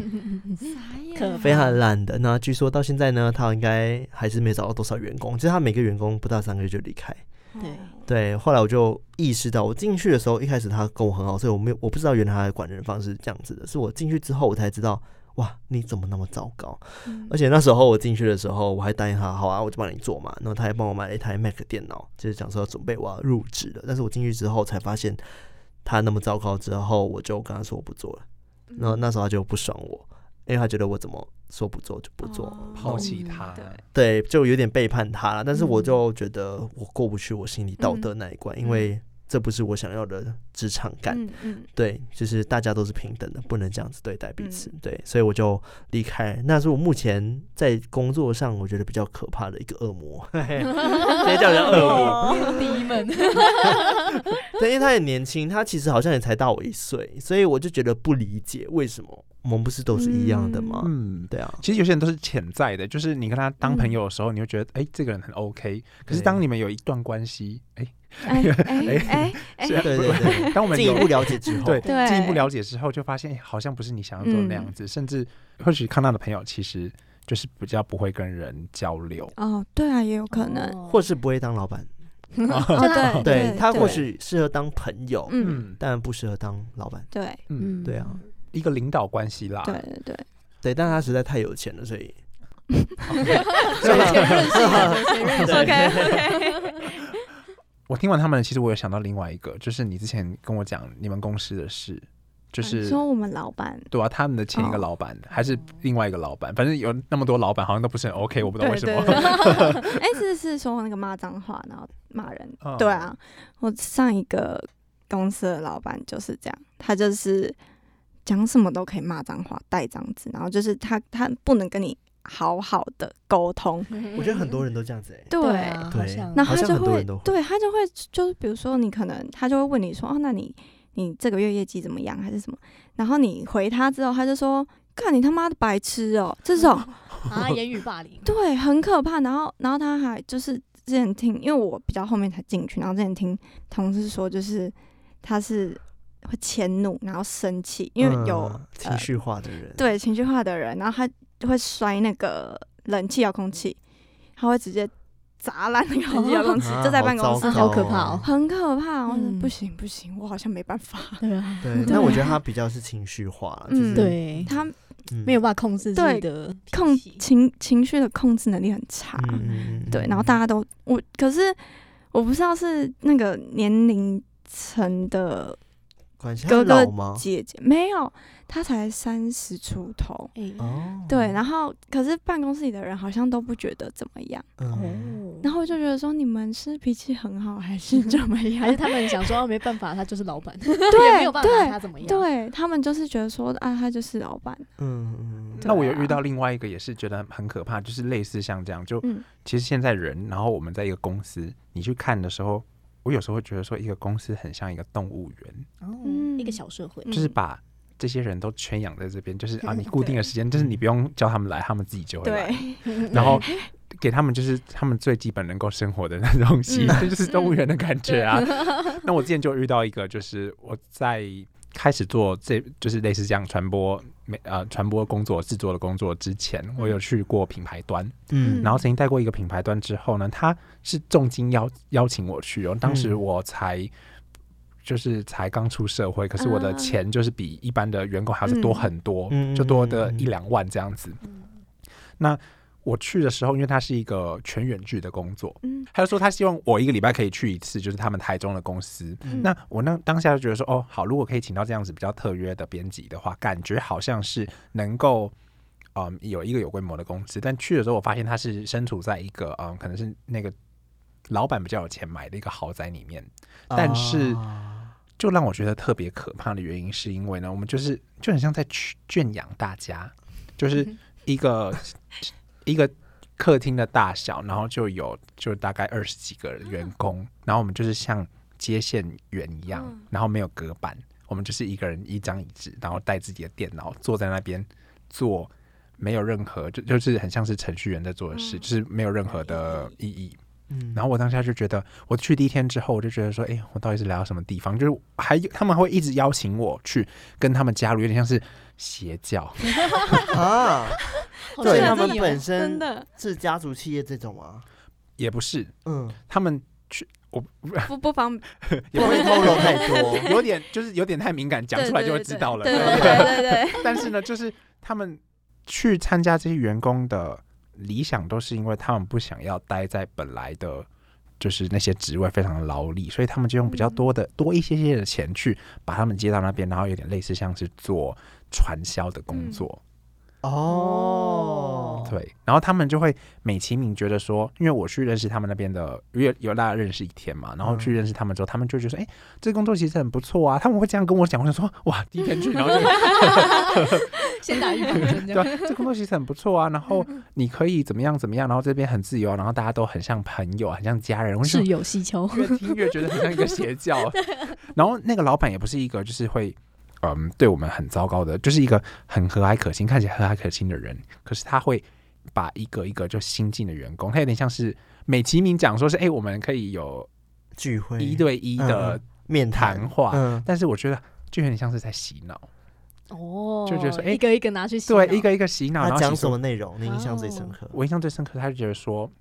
Speaker 5: 可
Speaker 3: 非常烂的。那据说到现在呢，他应该还是没找到多少员工，就是他每个员工不到三个月就离开。
Speaker 1: 哦
Speaker 5: 对
Speaker 3: 对，后来我就意识到，我进去的时候一开始他跟我很好，所以我没有我不知道原来他的管人方式是这样子的，是我进去之后我才知道，哇，你怎么那么糟糕？
Speaker 1: 嗯
Speaker 3: 而且那时候我进去的时候，我还答应他，好啊，我就帮你做嘛。然后他还帮我买了一台 Mac 电脑，就是讲说准备我要入职了。但是我进去之后才发现他那么糟糕，之后我就跟他说我不做了。然后那时候他就不爽我，因为他觉得我怎么说不做就不做，
Speaker 2: 抛弃他，
Speaker 3: 啊
Speaker 1: 对
Speaker 3: 嗯对，就有点背叛他了。但是我
Speaker 5: 嗯
Speaker 3: 就觉得我过不去我心里道德
Speaker 1: 嗯
Speaker 3: 那一关，因为这不是我想要的职场感。
Speaker 1: 嗯嗯，
Speaker 3: 对，就是大家都是平等的，不能这样子对待彼此。
Speaker 1: 嗯
Speaker 3: 对，所以我就离开。那是我目前在工作上我觉得比较可怕的一个恶魔， 嘿嘿直接叫人家恶魔。
Speaker 5: 哦第一 门，
Speaker 3: 对，因为他很年轻，他其实好像也才大我一岁，所以我就觉得不理解为什么我们不是都是一样的吗？
Speaker 2: 嗯。
Speaker 3: 对啊，
Speaker 2: 其实有些人都是潜在的，就是你跟他当朋友的时候，你会觉得，哎、这个人很 OK。可是
Speaker 3: 对
Speaker 2: 当你们有一段关系，哎、
Speaker 1: 哎哎哎
Speaker 2: 是
Speaker 1: 哎，
Speaker 2: 啊
Speaker 3: 对对 对，
Speaker 2: 当我们
Speaker 3: 进一
Speaker 2: 有
Speaker 3: 步了解之后，
Speaker 2: 对
Speaker 1: 对
Speaker 2: 进一步了解之后，就发现哎好像不是你想要做的那样子，甚至或许康纳的朋友其实就是比较不会跟人交流。
Speaker 1: 哦，对啊，也有可能。
Speaker 2: 哦
Speaker 3: 或是不会当老板，
Speaker 1: 哦，对
Speaker 3: 对他或
Speaker 1: 对
Speaker 3: 许适合当朋友，
Speaker 1: 嗯，
Speaker 2: 嗯
Speaker 3: 但不适合当老板。
Speaker 1: 对
Speaker 2: 嗯，
Speaker 3: 对啊，
Speaker 2: 一个领导关系啦。
Speaker 1: 对对对，
Speaker 3: 对，但他实在太有钱了，所以
Speaker 1: OK OK，
Speaker 2: 我听完他们，其实我有想到另外一个，就是你之前跟我讲你们公司的事，就是
Speaker 1: 啊说我们老板
Speaker 2: 对啊，他们的前一个
Speaker 1: 哦
Speaker 2: 老板、还是另外一个老板，反正有那么多老板好像都不是很 OK，我不懂为
Speaker 1: 嗯对
Speaker 2: 什
Speaker 1: 对
Speaker 2: 么。
Speaker 1: 对，哎，是是说那个骂脏话，然后骂人
Speaker 2: 嗯。
Speaker 1: 对啊，我上一个公司的老板就是这样，他就是讲什么都可以骂脏话、带脏字，然后就是他他不能跟你好好的沟通。
Speaker 3: 我觉得
Speaker 1: 嗯
Speaker 3: 很多人都这样子哎。
Speaker 1: 对，
Speaker 5: 对啊，好
Speaker 3: 对
Speaker 5: 像
Speaker 1: 然后
Speaker 3: 好
Speaker 1: 他
Speaker 3: 像
Speaker 1: 就
Speaker 3: 很多
Speaker 1: 会
Speaker 3: 人都会
Speaker 1: 对他就会就是比如说你可能他就会问你说哦，那你你这个月业绩怎么样还是什么？然后你回他之后，他就说。看你他妈的白痴哦、这种
Speaker 5: 啊，言语霸凌，
Speaker 1: 对，很可怕。然后，然后他还就是之前听，因为我比较后面才进去，然后之前听同事说，就是他是会迁怒，然后生气，因为有、呃
Speaker 3: 嗯情绪化的人，
Speaker 1: 对情绪化的人，然后他会摔那个冷气遥控器，他会直接砸烂那个冷气遥控器，
Speaker 3: 啊，
Speaker 1: 就在办公室
Speaker 3: 糟
Speaker 5: 啊，好
Speaker 3: 糕
Speaker 5: 可怕哦
Speaker 1: 很可怕。我说
Speaker 5: 嗯
Speaker 1: 不行不行，我好像没办法。
Speaker 5: 对啊，
Speaker 3: 对，
Speaker 5: 对
Speaker 3: 但我觉得他比较是情绪化，
Speaker 1: 嗯
Speaker 3: 就是
Speaker 5: 对，
Speaker 1: 他
Speaker 3: 嗯
Speaker 5: 没有办法控制自己
Speaker 1: 对
Speaker 5: 的
Speaker 1: 控
Speaker 5: 脾气
Speaker 1: 情情绪的控制能力很差。
Speaker 3: 嗯嗯嗯
Speaker 1: 对，然后大家都我，可是我不知道是那个年龄层的
Speaker 3: 管辖
Speaker 1: 哥哥
Speaker 3: 老吗？
Speaker 1: 姐姐，没有，她才三十出头。
Speaker 5: 哎
Speaker 3: 哦，
Speaker 1: 对，然后可是办公室里的人好像都不觉得怎么样，
Speaker 3: 嗯，
Speaker 5: 哦
Speaker 1: 然后我就觉得说你们是脾气很好还是怎么
Speaker 5: 还是
Speaker 1: 样？
Speaker 5: 他们想说、啊、没办法，他就是老 板，也没
Speaker 1: 对
Speaker 5: 有办法拿
Speaker 1: 对
Speaker 5: 他怎么样。
Speaker 1: 对，他们就是觉得说啊，他就是老板，
Speaker 3: 嗯嗯，
Speaker 1: 对
Speaker 2: 那我有
Speaker 1: 啊
Speaker 2: 遇到另外一个也是觉得很可怕，就是类似像这样，就
Speaker 1: 嗯
Speaker 2: 其实现在人，然后我们在一个公司，你去看的时候，我有时候会觉得说，一个公司很像一个动物园，
Speaker 5: 哦
Speaker 1: 嗯
Speaker 5: 一个小社会，
Speaker 2: 就是
Speaker 1: 嗯
Speaker 2: 把这些人都圈养在这边，就是啊，你
Speaker 1: 对
Speaker 2: 固定的时间，就是你不用叫他们来，他们自己就会来，
Speaker 1: 对，
Speaker 2: 然后给他们就是他们最基本能够生活的那东西，
Speaker 1: 嗯
Speaker 2: 这就是动物园的感觉啊。 那我之前就遇到一个，就是我在开始做这就是类似这样传播媒呃传播工作制作的工作之前，我有去过品牌端。
Speaker 3: 嗯
Speaker 1: 嗯
Speaker 2: 然后曾经带过一个品牌端之后呢，他是重金邀邀请我去哦，当时
Speaker 3: 嗯
Speaker 2: 我才。就是才刚出社会，可是我的
Speaker 1: 啊
Speaker 2: 钱就是比一般的员工还要再多
Speaker 1: 嗯
Speaker 2: 很多，
Speaker 3: 嗯
Speaker 2: 就多
Speaker 3: 嗯
Speaker 2: 的
Speaker 3: 嗯嗯
Speaker 2: 一两万这样子。那我去的时候，因为它是一个全远距的工作，
Speaker 1: 嗯
Speaker 2: 他就说他希望我一个礼拜可以去一次，就是他们台中的公司。
Speaker 1: 嗯
Speaker 2: 那我那当下就觉得说，哦，好，如果可以请到这样子比较特约的编辑的话，感觉好像是能够。嗯，有一个有规模的公司，但去的时候我发现他是身处在一个嗯，可能是那个老板比较有钱买的一个豪宅里面，但是
Speaker 3: 啊
Speaker 2: 就让我觉得特别可怕的原因，是因为呢，我们就是就很像在圈圈养大家，
Speaker 1: 嗯
Speaker 2: 就是一个一个客厅的大小，然后就有就大概二十几个员工，然后我们就是像接线员一样，
Speaker 1: 嗯
Speaker 2: 然后没有隔板，我们就是一个人一张椅子，然后带自己的电脑坐在那边做。没有任何，就就是很像是程序员在做的事，
Speaker 1: 嗯
Speaker 2: 就是没有任何的意义。
Speaker 3: 嗯
Speaker 2: 然后我当下就觉得，我去第一天之后，我就觉得说，哎、我到底是来到什么地方？就是还有他们会一直邀请我去跟他们加入，有点像是邪教。
Speaker 3: 啊，
Speaker 5: 好
Speaker 3: 对
Speaker 1: 是啊
Speaker 3: 他们
Speaker 5: 像
Speaker 1: 真的
Speaker 3: 本身
Speaker 1: 真的
Speaker 3: 是家族企业这种啊，
Speaker 2: 也不是，
Speaker 3: 嗯，
Speaker 2: 他们
Speaker 1: 不不方
Speaker 3: 不会透露太多。
Speaker 2: 有点就是有点太敏感，讲出来就会知道了。
Speaker 1: 对对对对 对，
Speaker 2: 但是呢，就是他们去参加这些员工的理想，都是因为他们不想要待在本来的，就是那些职位非常的劳力，所以他们就用比较多的、多一些些的钱去把他们接到那边，然后有点类似像是做传销的工作。
Speaker 3: 哦，
Speaker 2: 对，然后他们就会美其名觉得说，因为我去认识他们那边的，因为有大家认识一天嘛，然后去认识他们之后，他们就觉得说，哎、这工作其实很不错啊。他们会这样跟我讲，我想说，哇，第一天去，然后就
Speaker 5: 先打预防针
Speaker 2: 对
Speaker 5: 这样。
Speaker 2: 啊， 这工作其实很不错啊。然后
Speaker 5: 嗯
Speaker 2: 你可以怎么样怎么样，然后这边很自由啊，然后大家都很像朋友，很像家人。我就
Speaker 5: 是
Speaker 2: 想
Speaker 5: 有蹊跷，
Speaker 2: 越听越觉得很像一个邪 教。 然后那个老板也不是一个就是会嗯对我们很糟糕的，就是一个很和蔼可亲，看起来和蔼可亲的人，可是他会把一个一个就新进的员工，他有点像是美其名讲说是哎、我们可以有
Speaker 3: 聚会嗯
Speaker 2: 一对一的
Speaker 3: 面
Speaker 2: 谈
Speaker 3: 谈，
Speaker 2: 话，
Speaker 3: 嗯，
Speaker 2: 但是我觉得就有点像是在洗脑，
Speaker 5: 哦，
Speaker 2: 就觉得说哎
Speaker 5: 一个一个拿去洗脑，
Speaker 2: 对，一个一个洗脑，然
Speaker 3: 他
Speaker 2: 后
Speaker 3: 讲
Speaker 2: 洗
Speaker 3: 什么内容你印象最
Speaker 5: 哦
Speaker 3: 深刻？
Speaker 2: 我印象最深刻，他就觉得说，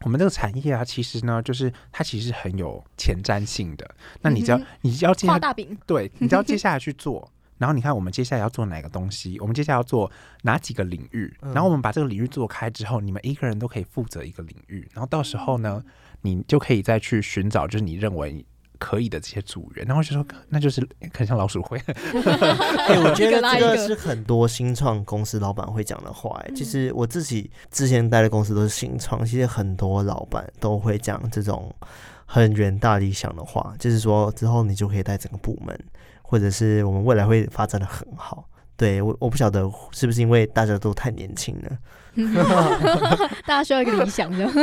Speaker 2: 我们这个产业啊，其实呢，就是它其实很有前瞻性的。那你只要、
Speaker 5: 嗯哼
Speaker 2: 你只要接
Speaker 5: 画
Speaker 2: 下，
Speaker 5: 大饼，
Speaker 2: 对，你 只要接下来去做。然后你看，我们接下来要做哪个东西？我们接下来要做哪几个领域？
Speaker 3: 嗯
Speaker 2: 然后我们把这个领域做开之后，你们一个人都可以负责一个领域。然后到时候
Speaker 5: 嗯
Speaker 2: 呢，你就可以再去寻找，就是你认为可以的这些组员。然后我就说，那就是很像老鼠会，
Speaker 3: 哎、我觉
Speaker 5: 一
Speaker 3: 得
Speaker 5: 个拉
Speaker 3: 这
Speaker 5: 一
Speaker 3: 个
Speaker 5: 个嗯
Speaker 3: 是很多新创公司老板会讲的话、哎，其实我自己之前待的公司都是新创，其实很多老板都会讲这种很远大理想的话，就是说之后你就可以带整个部门，或者是我们未来会发展的很好。对我，我不晓得是不是因为大家都太年轻 了。
Speaker 5: 大家需要一个理想，这样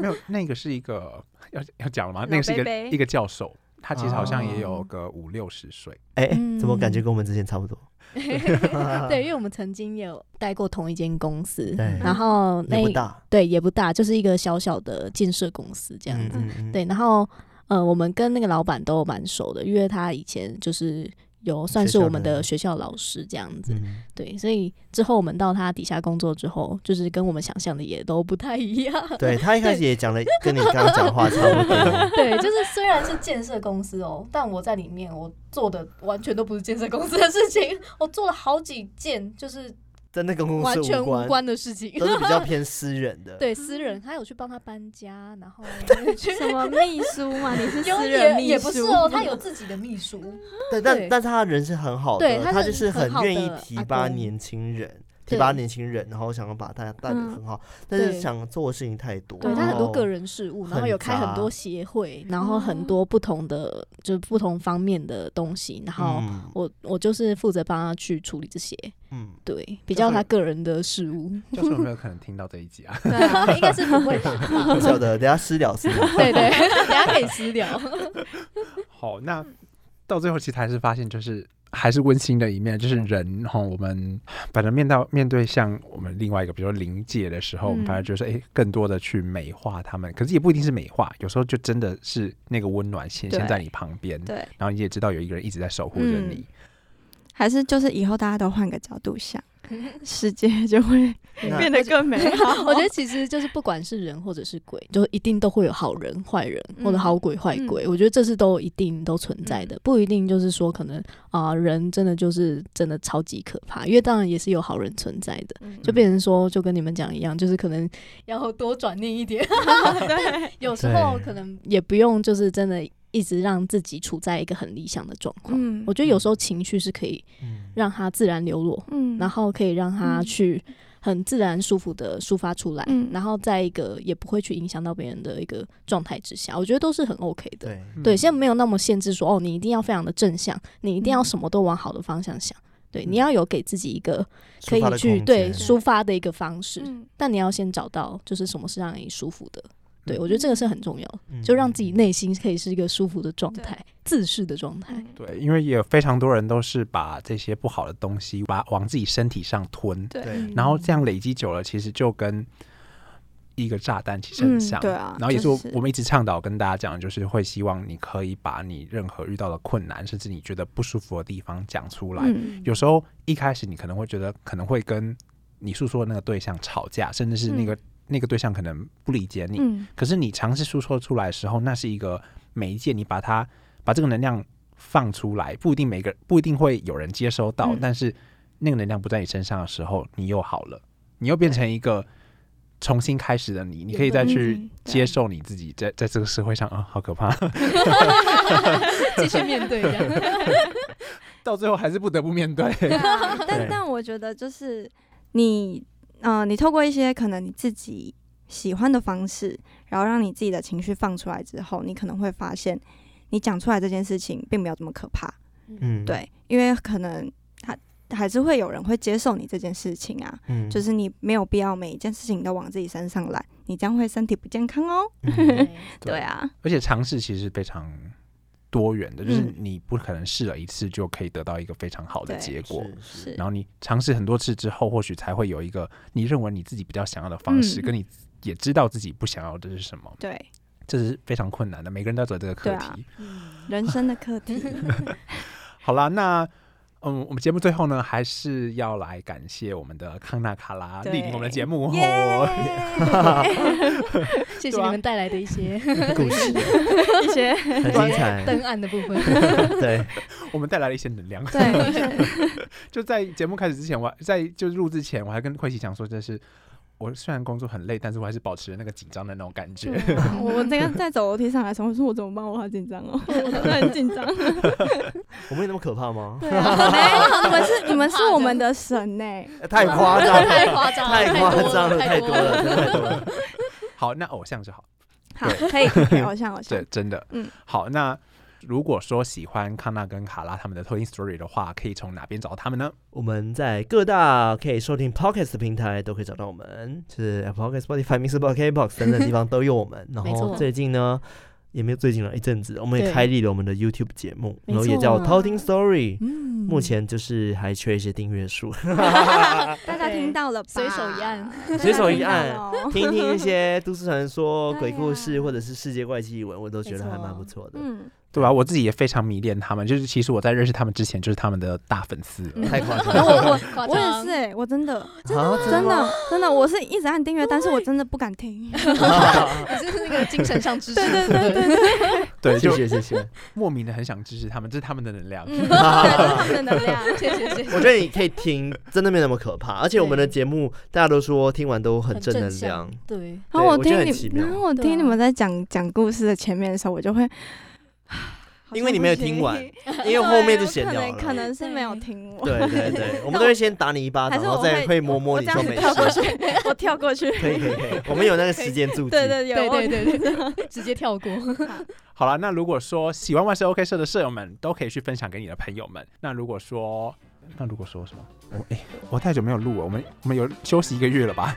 Speaker 2: 没有， 那个是一个要要讲了吗？那个是一
Speaker 1: 老
Speaker 2: 个
Speaker 1: 贝贝
Speaker 2: 一个教授，他其实好像也有
Speaker 5: 哦
Speaker 2: 个五六十岁。
Speaker 3: 哎、怎么感觉
Speaker 5: 嗯
Speaker 3: 跟我们之前差不多？ 啊
Speaker 5: 对，因为我们曾经也有待过同一间公司，
Speaker 3: 对，
Speaker 5: 然后那
Speaker 3: 嗯也不大，
Speaker 5: 对也不大，就是一个小小的建设公司这样子。
Speaker 3: 嗯嗯，
Speaker 5: 对，然后呃，我们跟那个老板都蛮熟的，因为他以前就是有算
Speaker 3: 学
Speaker 5: 是
Speaker 3: 校
Speaker 5: 我们
Speaker 3: 的
Speaker 5: 的学校老师这样子。
Speaker 3: 嗯，
Speaker 5: 对，所以之后我们到他底下工作之后，就是跟我们想象的也都不太一样。
Speaker 3: 对他一开始也讲了，跟你刚刚讲的话差不 多。
Speaker 5: 对，就是虽然是建设公司哦，但我在里面我做的完全都不是建设公司的事情，我做了好几件就是
Speaker 3: 真的跟公司
Speaker 5: 完全
Speaker 3: 无
Speaker 5: 无
Speaker 3: 关，
Speaker 5: 关的事情。
Speaker 3: 都是比 较偏私人的。
Speaker 5: 对，私人他有去帮他搬家，然后去
Speaker 1: 什么秘书嘛？你是
Speaker 5: 有
Speaker 1: 私人
Speaker 5: 也
Speaker 1: 秘
Speaker 5: 也不
Speaker 1: 书？
Speaker 5: 是哦，他有自己的秘书。
Speaker 3: 对，但
Speaker 5: 对
Speaker 3: 但是他人是很好的，
Speaker 5: 对他
Speaker 3: 就是是很
Speaker 5: 很好
Speaker 3: 愿意
Speaker 5: 的
Speaker 3: 提
Speaker 5: 阿
Speaker 3: 拔
Speaker 5: 公
Speaker 3: 年轻人，提
Speaker 5: 对
Speaker 3: 拔年轻人，然后想要把大家带的
Speaker 1: 嗯
Speaker 3: 很好，但是
Speaker 5: 对
Speaker 3: 想做的事情太多，
Speaker 5: 对
Speaker 3: 然
Speaker 5: 他很多
Speaker 3: 后
Speaker 5: 个人事务，然后
Speaker 3: 哦很
Speaker 5: 有开
Speaker 3: 杂
Speaker 5: 很多协会，然后很
Speaker 1: 哦
Speaker 5: 多不同的就是不同方面的东西，然后
Speaker 3: 嗯
Speaker 5: 我我就是负责帮他去处理这些，
Speaker 3: 嗯，
Speaker 5: 对，比
Speaker 2: 就
Speaker 5: 较
Speaker 2: 是
Speaker 5: 他个人的事 务，
Speaker 2: 教授有没有可能听到这一集啊？
Speaker 1: 对 啊
Speaker 5: 应该是不 会吧？
Speaker 3: 不晓得，等下私聊私 聊。
Speaker 5: 对 对，等下可以私聊。
Speaker 2: 好，那到最后其实还是发现，就是还是温馨的一面，就是人哈，我们反正面到面对像我们另外一个，比如说临界的时候，我们
Speaker 5: 嗯
Speaker 2: 反而就是哎、诶更多的去美化他们，可是也不一定是美化，有时候就真的是那个温暖显现
Speaker 1: 对
Speaker 2: 在你旁边，
Speaker 1: 对，
Speaker 2: 然后你也知道有一个人一直在守护着
Speaker 1: 嗯
Speaker 2: 你，
Speaker 1: 还是就是以后大家都换个角度想，世界就会
Speaker 2: 啊
Speaker 3: 那
Speaker 1: 变得更美好。
Speaker 5: 我觉得其实就是不管是人或者是鬼，就一定都会有好人、坏人，
Speaker 1: 嗯
Speaker 5: 或者好鬼、坏鬼。我觉得这是都一定都存在的，不一定就是说可能啊、人真的就是真的超级可怕，因为当然也是有好人存在的。
Speaker 1: 嗯
Speaker 5: 就变成说，就跟你们讲一样，就是可能要多转念 一点。
Speaker 1: 对，
Speaker 5: 有时候
Speaker 3: 对
Speaker 5: 可能也不用，就是真的一直让自己处在一个很理想的状况。
Speaker 1: 嗯
Speaker 5: 我觉得有时候情绪是可以
Speaker 3: 嗯
Speaker 5: 让它自然流露，
Speaker 1: 嗯
Speaker 5: 然后可以让他去很自然、舒服的抒发出来，
Speaker 1: 嗯
Speaker 5: 然后在一个也不会去影响到别人的一个状态之下，我觉得都是很 OK 的。
Speaker 3: 对，
Speaker 2: 嗯
Speaker 5: 对，现在没有那么限制说哦，你一定要非常的正向，你一定要
Speaker 1: 嗯
Speaker 5: 什么都往好的方向想。对，
Speaker 3: 嗯
Speaker 5: 你要有给自己一个可
Speaker 3: 抒发
Speaker 5: 以
Speaker 3: 的
Speaker 5: 去
Speaker 3: 空
Speaker 5: 对
Speaker 3: 间
Speaker 5: 抒发的一个方式，
Speaker 1: 嗯
Speaker 5: 但你要先找到就是什么是让你舒服的。对，
Speaker 2: 嗯
Speaker 5: 我觉得这个是很重要的，
Speaker 3: 嗯
Speaker 5: 就让自己内心可以是一个舒服的状态、自适的状态。
Speaker 1: 嗯
Speaker 2: 对，因为也有非常多人都是把这些不好的东西把往自己身体上
Speaker 1: 嗯
Speaker 2: 吞，
Speaker 3: 对
Speaker 2: 然后这样累积久了，其实就跟一个炸弹其实很
Speaker 1: 嗯
Speaker 2: 像。
Speaker 1: 对啊
Speaker 2: 然后也是
Speaker 1: 就
Speaker 2: 我
Speaker 1: 是
Speaker 2: 我们一直倡导跟大家讲，就是会希望你可以把你任何遇到的困难，甚至你觉得不舒服的地方讲出来。
Speaker 1: 嗯
Speaker 2: 有时候一开始你可能会觉得可能会跟你诉说的那个对象吵架，甚至是那个、那个对象可能不理解你，
Speaker 1: 嗯
Speaker 2: 可是你尝试诉说出来的时候，那是一个媒介，你把它把这个能量放出来，不一定每个不一定会有人接收到，
Speaker 1: 嗯
Speaker 2: 但是那个能量不在你身上的时候，你又好了，你又变成一个重新开始的你，你可以再去
Speaker 1: 嗯对
Speaker 2: 接受你自己在在这个社会上啊、好可怕，
Speaker 5: 继续面对这样。
Speaker 2: 到最后还是不得不面对。
Speaker 1: 对啊
Speaker 3: 对
Speaker 1: 但但我觉得就是你，呃，你透过一些可能你自己喜欢的方式，然后让你自己的情绪放出来之后，你可能会发现，你讲出来这件事情并没有这么可怕。
Speaker 3: 嗯，
Speaker 1: 对，因为可能他还是会有人会接受你这件事情啊，
Speaker 3: 嗯，
Speaker 1: 就是是你没有必要每一件事情都往自己身上揽，你将会身体不健康哦。
Speaker 3: 嗯
Speaker 1: 对啊，
Speaker 2: 而且尝试其实是非常多元的，就是
Speaker 1: 嗯
Speaker 2: 你不可能试了一次就可以得到一个非常好的
Speaker 1: 对
Speaker 2: 结果。
Speaker 1: 是
Speaker 2: 然后你尝试很多次之后，或许才会有一个你认为你自己比较想要的方式，
Speaker 1: 嗯
Speaker 2: 跟你也知道自己不想要的是什么，
Speaker 1: 对，
Speaker 2: 这是非常困难的。每个人都要走这个课
Speaker 1: 对啊
Speaker 2: 题。
Speaker 1: 人生的课 题。
Speaker 2: 好啦，那嗯，我们节目最后呢，还是要来感谢我们的康纳卡拉
Speaker 1: 对
Speaker 2: 莅临我们的节目
Speaker 1: 耶
Speaker 2: 哦。
Speaker 5: 谢谢
Speaker 1: 啊
Speaker 5: 你们带来的一些
Speaker 3: 故事
Speaker 1: 一些
Speaker 3: 很精彩，
Speaker 5: 登岸的部分。
Speaker 3: 对，
Speaker 2: 我们带来了一些能量。
Speaker 1: 对，
Speaker 2: 就在节目开始之前，我还在就是录之前，我还跟慧琪讲说，这是我虽然工作很累，但是我还是保持了那个紧张的那种感觉。
Speaker 1: 我我那个在走楼梯上来的时候，我说我怎么办？我好紧张 哦，我真的很紧张。
Speaker 3: 我们有那么可怕 吗？
Speaker 1: 对啊，没有，你们是你们是我们的神呢、
Speaker 3: 太夸张了，
Speaker 4: 太夸张了，
Speaker 3: 太夸张了，
Speaker 4: 了，
Speaker 3: 太多了，真的太多了。
Speaker 2: 好，那偶像就好。
Speaker 1: 好，可以，可以偶像偶像
Speaker 2: 对，。真的。
Speaker 1: 嗯，
Speaker 2: 好，那如果说喜欢康纳跟卡拉他们的偷听 story 的话，可以从哪边找到他们呢？
Speaker 3: 我们在各大可以收听 podcast 的平台都可以找到我们，就是 Apple Podcast、Spotify、Mixer、KBox 等等地方都有我 们。然
Speaker 5: 没
Speaker 3: 后
Speaker 5: 错
Speaker 3: 最近呢，也没有最近了一阵子，我们也
Speaker 5: 对
Speaker 3: 开立了我们的 YouTube 节目，
Speaker 5: 没
Speaker 1: 啊
Speaker 3: 然后也
Speaker 5: 错
Speaker 3: 叫偷听 Story。
Speaker 5: 嗯
Speaker 3: 目前就是还缺一些订 阅数，
Speaker 1: 大家听到了吧？
Speaker 5: 随手一按，
Speaker 1: 大家
Speaker 3: 随手一
Speaker 1: 听到
Speaker 3: 按
Speaker 1: 了哦
Speaker 3: 听听一些都市传说、
Speaker 1: 对
Speaker 3: 鬼故事
Speaker 1: 啊
Speaker 3: 或者是世界怪奇闻，我都觉得还蛮不错的。
Speaker 1: 嗯，
Speaker 2: 对吧、我自己也非常迷恋他们，就是其实我在认识他们之前，就是他们的大粉丝了。
Speaker 1: 嗯
Speaker 3: 太夸张
Speaker 1: 然后
Speaker 3: 了，
Speaker 1: 我我
Speaker 4: 夸
Speaker 1: 我也
Speaker 4: 张
Speaker 1: 是哎、我真的
Speaker 3: 啊
Speaker 1: 真的真的，我是一直按订阅，但是我真的不敢听。
Speaker 5: 你是那个精神上支持，
Speaker 1: 对对对对
Speaker 2: 对，
Speaker 3: 谢
Speaker 2: 就
Speaker 3: 谢谢谢。
Speaker 2: 莫名的很想支持他们，这是他们的能量。
Speaker 1: 嗯，对，真的能量。
Speaker 5: 谢谢谢
Speaker 3: 我
Speaker 5: 谢。
Speaker 3: 觉得你可以听，真的没那么可怕。而且我们的
Speaker 5: 对
Speaker 3: 节目大家都说听完都很正能量
Speaker 5: 向，，对，
Speaker 1: 然后
Speaker 3: 对我觉得
Speaker 1: 听
Speaker 3: 很奇
Speaker 1: 你，
Speaker 3: 妙
Speaker 1: 然后我
Speaker 5: 对
Speaker 1: 听你
Speaker 5: 啊
Speaker 1: 们在讲讲故事的前面的时候，我就会，
Speaker 3: 因为你没有听完， 因为
Speaker 1: 对，
Speaker 3: 后面就
Speaker 1: 我
Speaker 3: 闲
Speaker 1: 可
Speaker 3: 聊
Speaker 1: 能可
Speaker 3: 了。
Speaker 1: 能是没有听我。
Speaker 3: 对对对，我们
Speaker 1: 那
Speaker 3: 都会
Speaker 1: 我
Speaker 3: 先打你一巴
Speaker 1: 还
Speaker 3: 掌，
Speaker 1: 是
Speaker 3: 然后
Speaker 1: 我
Speaker 3: 再
Speaker 1: 会
Speaker 3: 会摸摸
Speaker 1: 我
Speaker 3: 你
Speaker 1: 这
Speaker 3: 说
Speaker 1: 样子
Speaker 3: 没
Speaker 1: 跳过
Speaker 3: 事。
Speaker 1: 去，我跳过去。
Speaker 3: 可以可以可以，我们有那个时 间注记。
Speaker 1: 对对有
Speaker 5: 对
Speaker 1: 我
Speaker 5: 对对对，直接跳过。
Speaker 2: 好了，那如果说喜欢万事 OK 社的舍友们，都可以去分享给你的朋友们。那如果说，那如果说什么，我哎、我太久没有录了，我们我们有休息一个月了吧？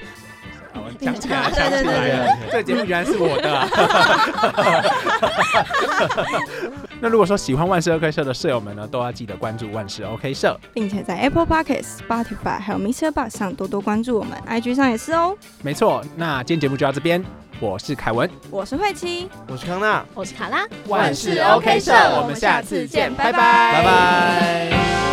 Speaker 2: 啊我想起来了，
Speaker 1: 对
Speaker 2: 想
Speaker 1: 对
Speaker 2: 起
Speaker 1: 对
Speaker 2: 来
Speaker 1: 对
Speaker 2: 了。 这个节目原来是我的、啊。那如果说喜欢万事 OK 社的舍友们呢，都要记得关注万事 OK 社。
Speaker 1: 并且在 Apple Podcast、Spotify 还有 Mr. Bus 上多多关注我们，IG 上也是哦。
Speaker 2: 没错，那今天节目就到这边，我是凯文，
Speaker 1: 我是慧琪，
Speaker 3: 我是康纳，
Speaker 5: 我是卡拉，
Speaker 4: 万事 OK 社
Speaker 2: 我们下次见，拜拜，啊
Speaker 3: 拜拜。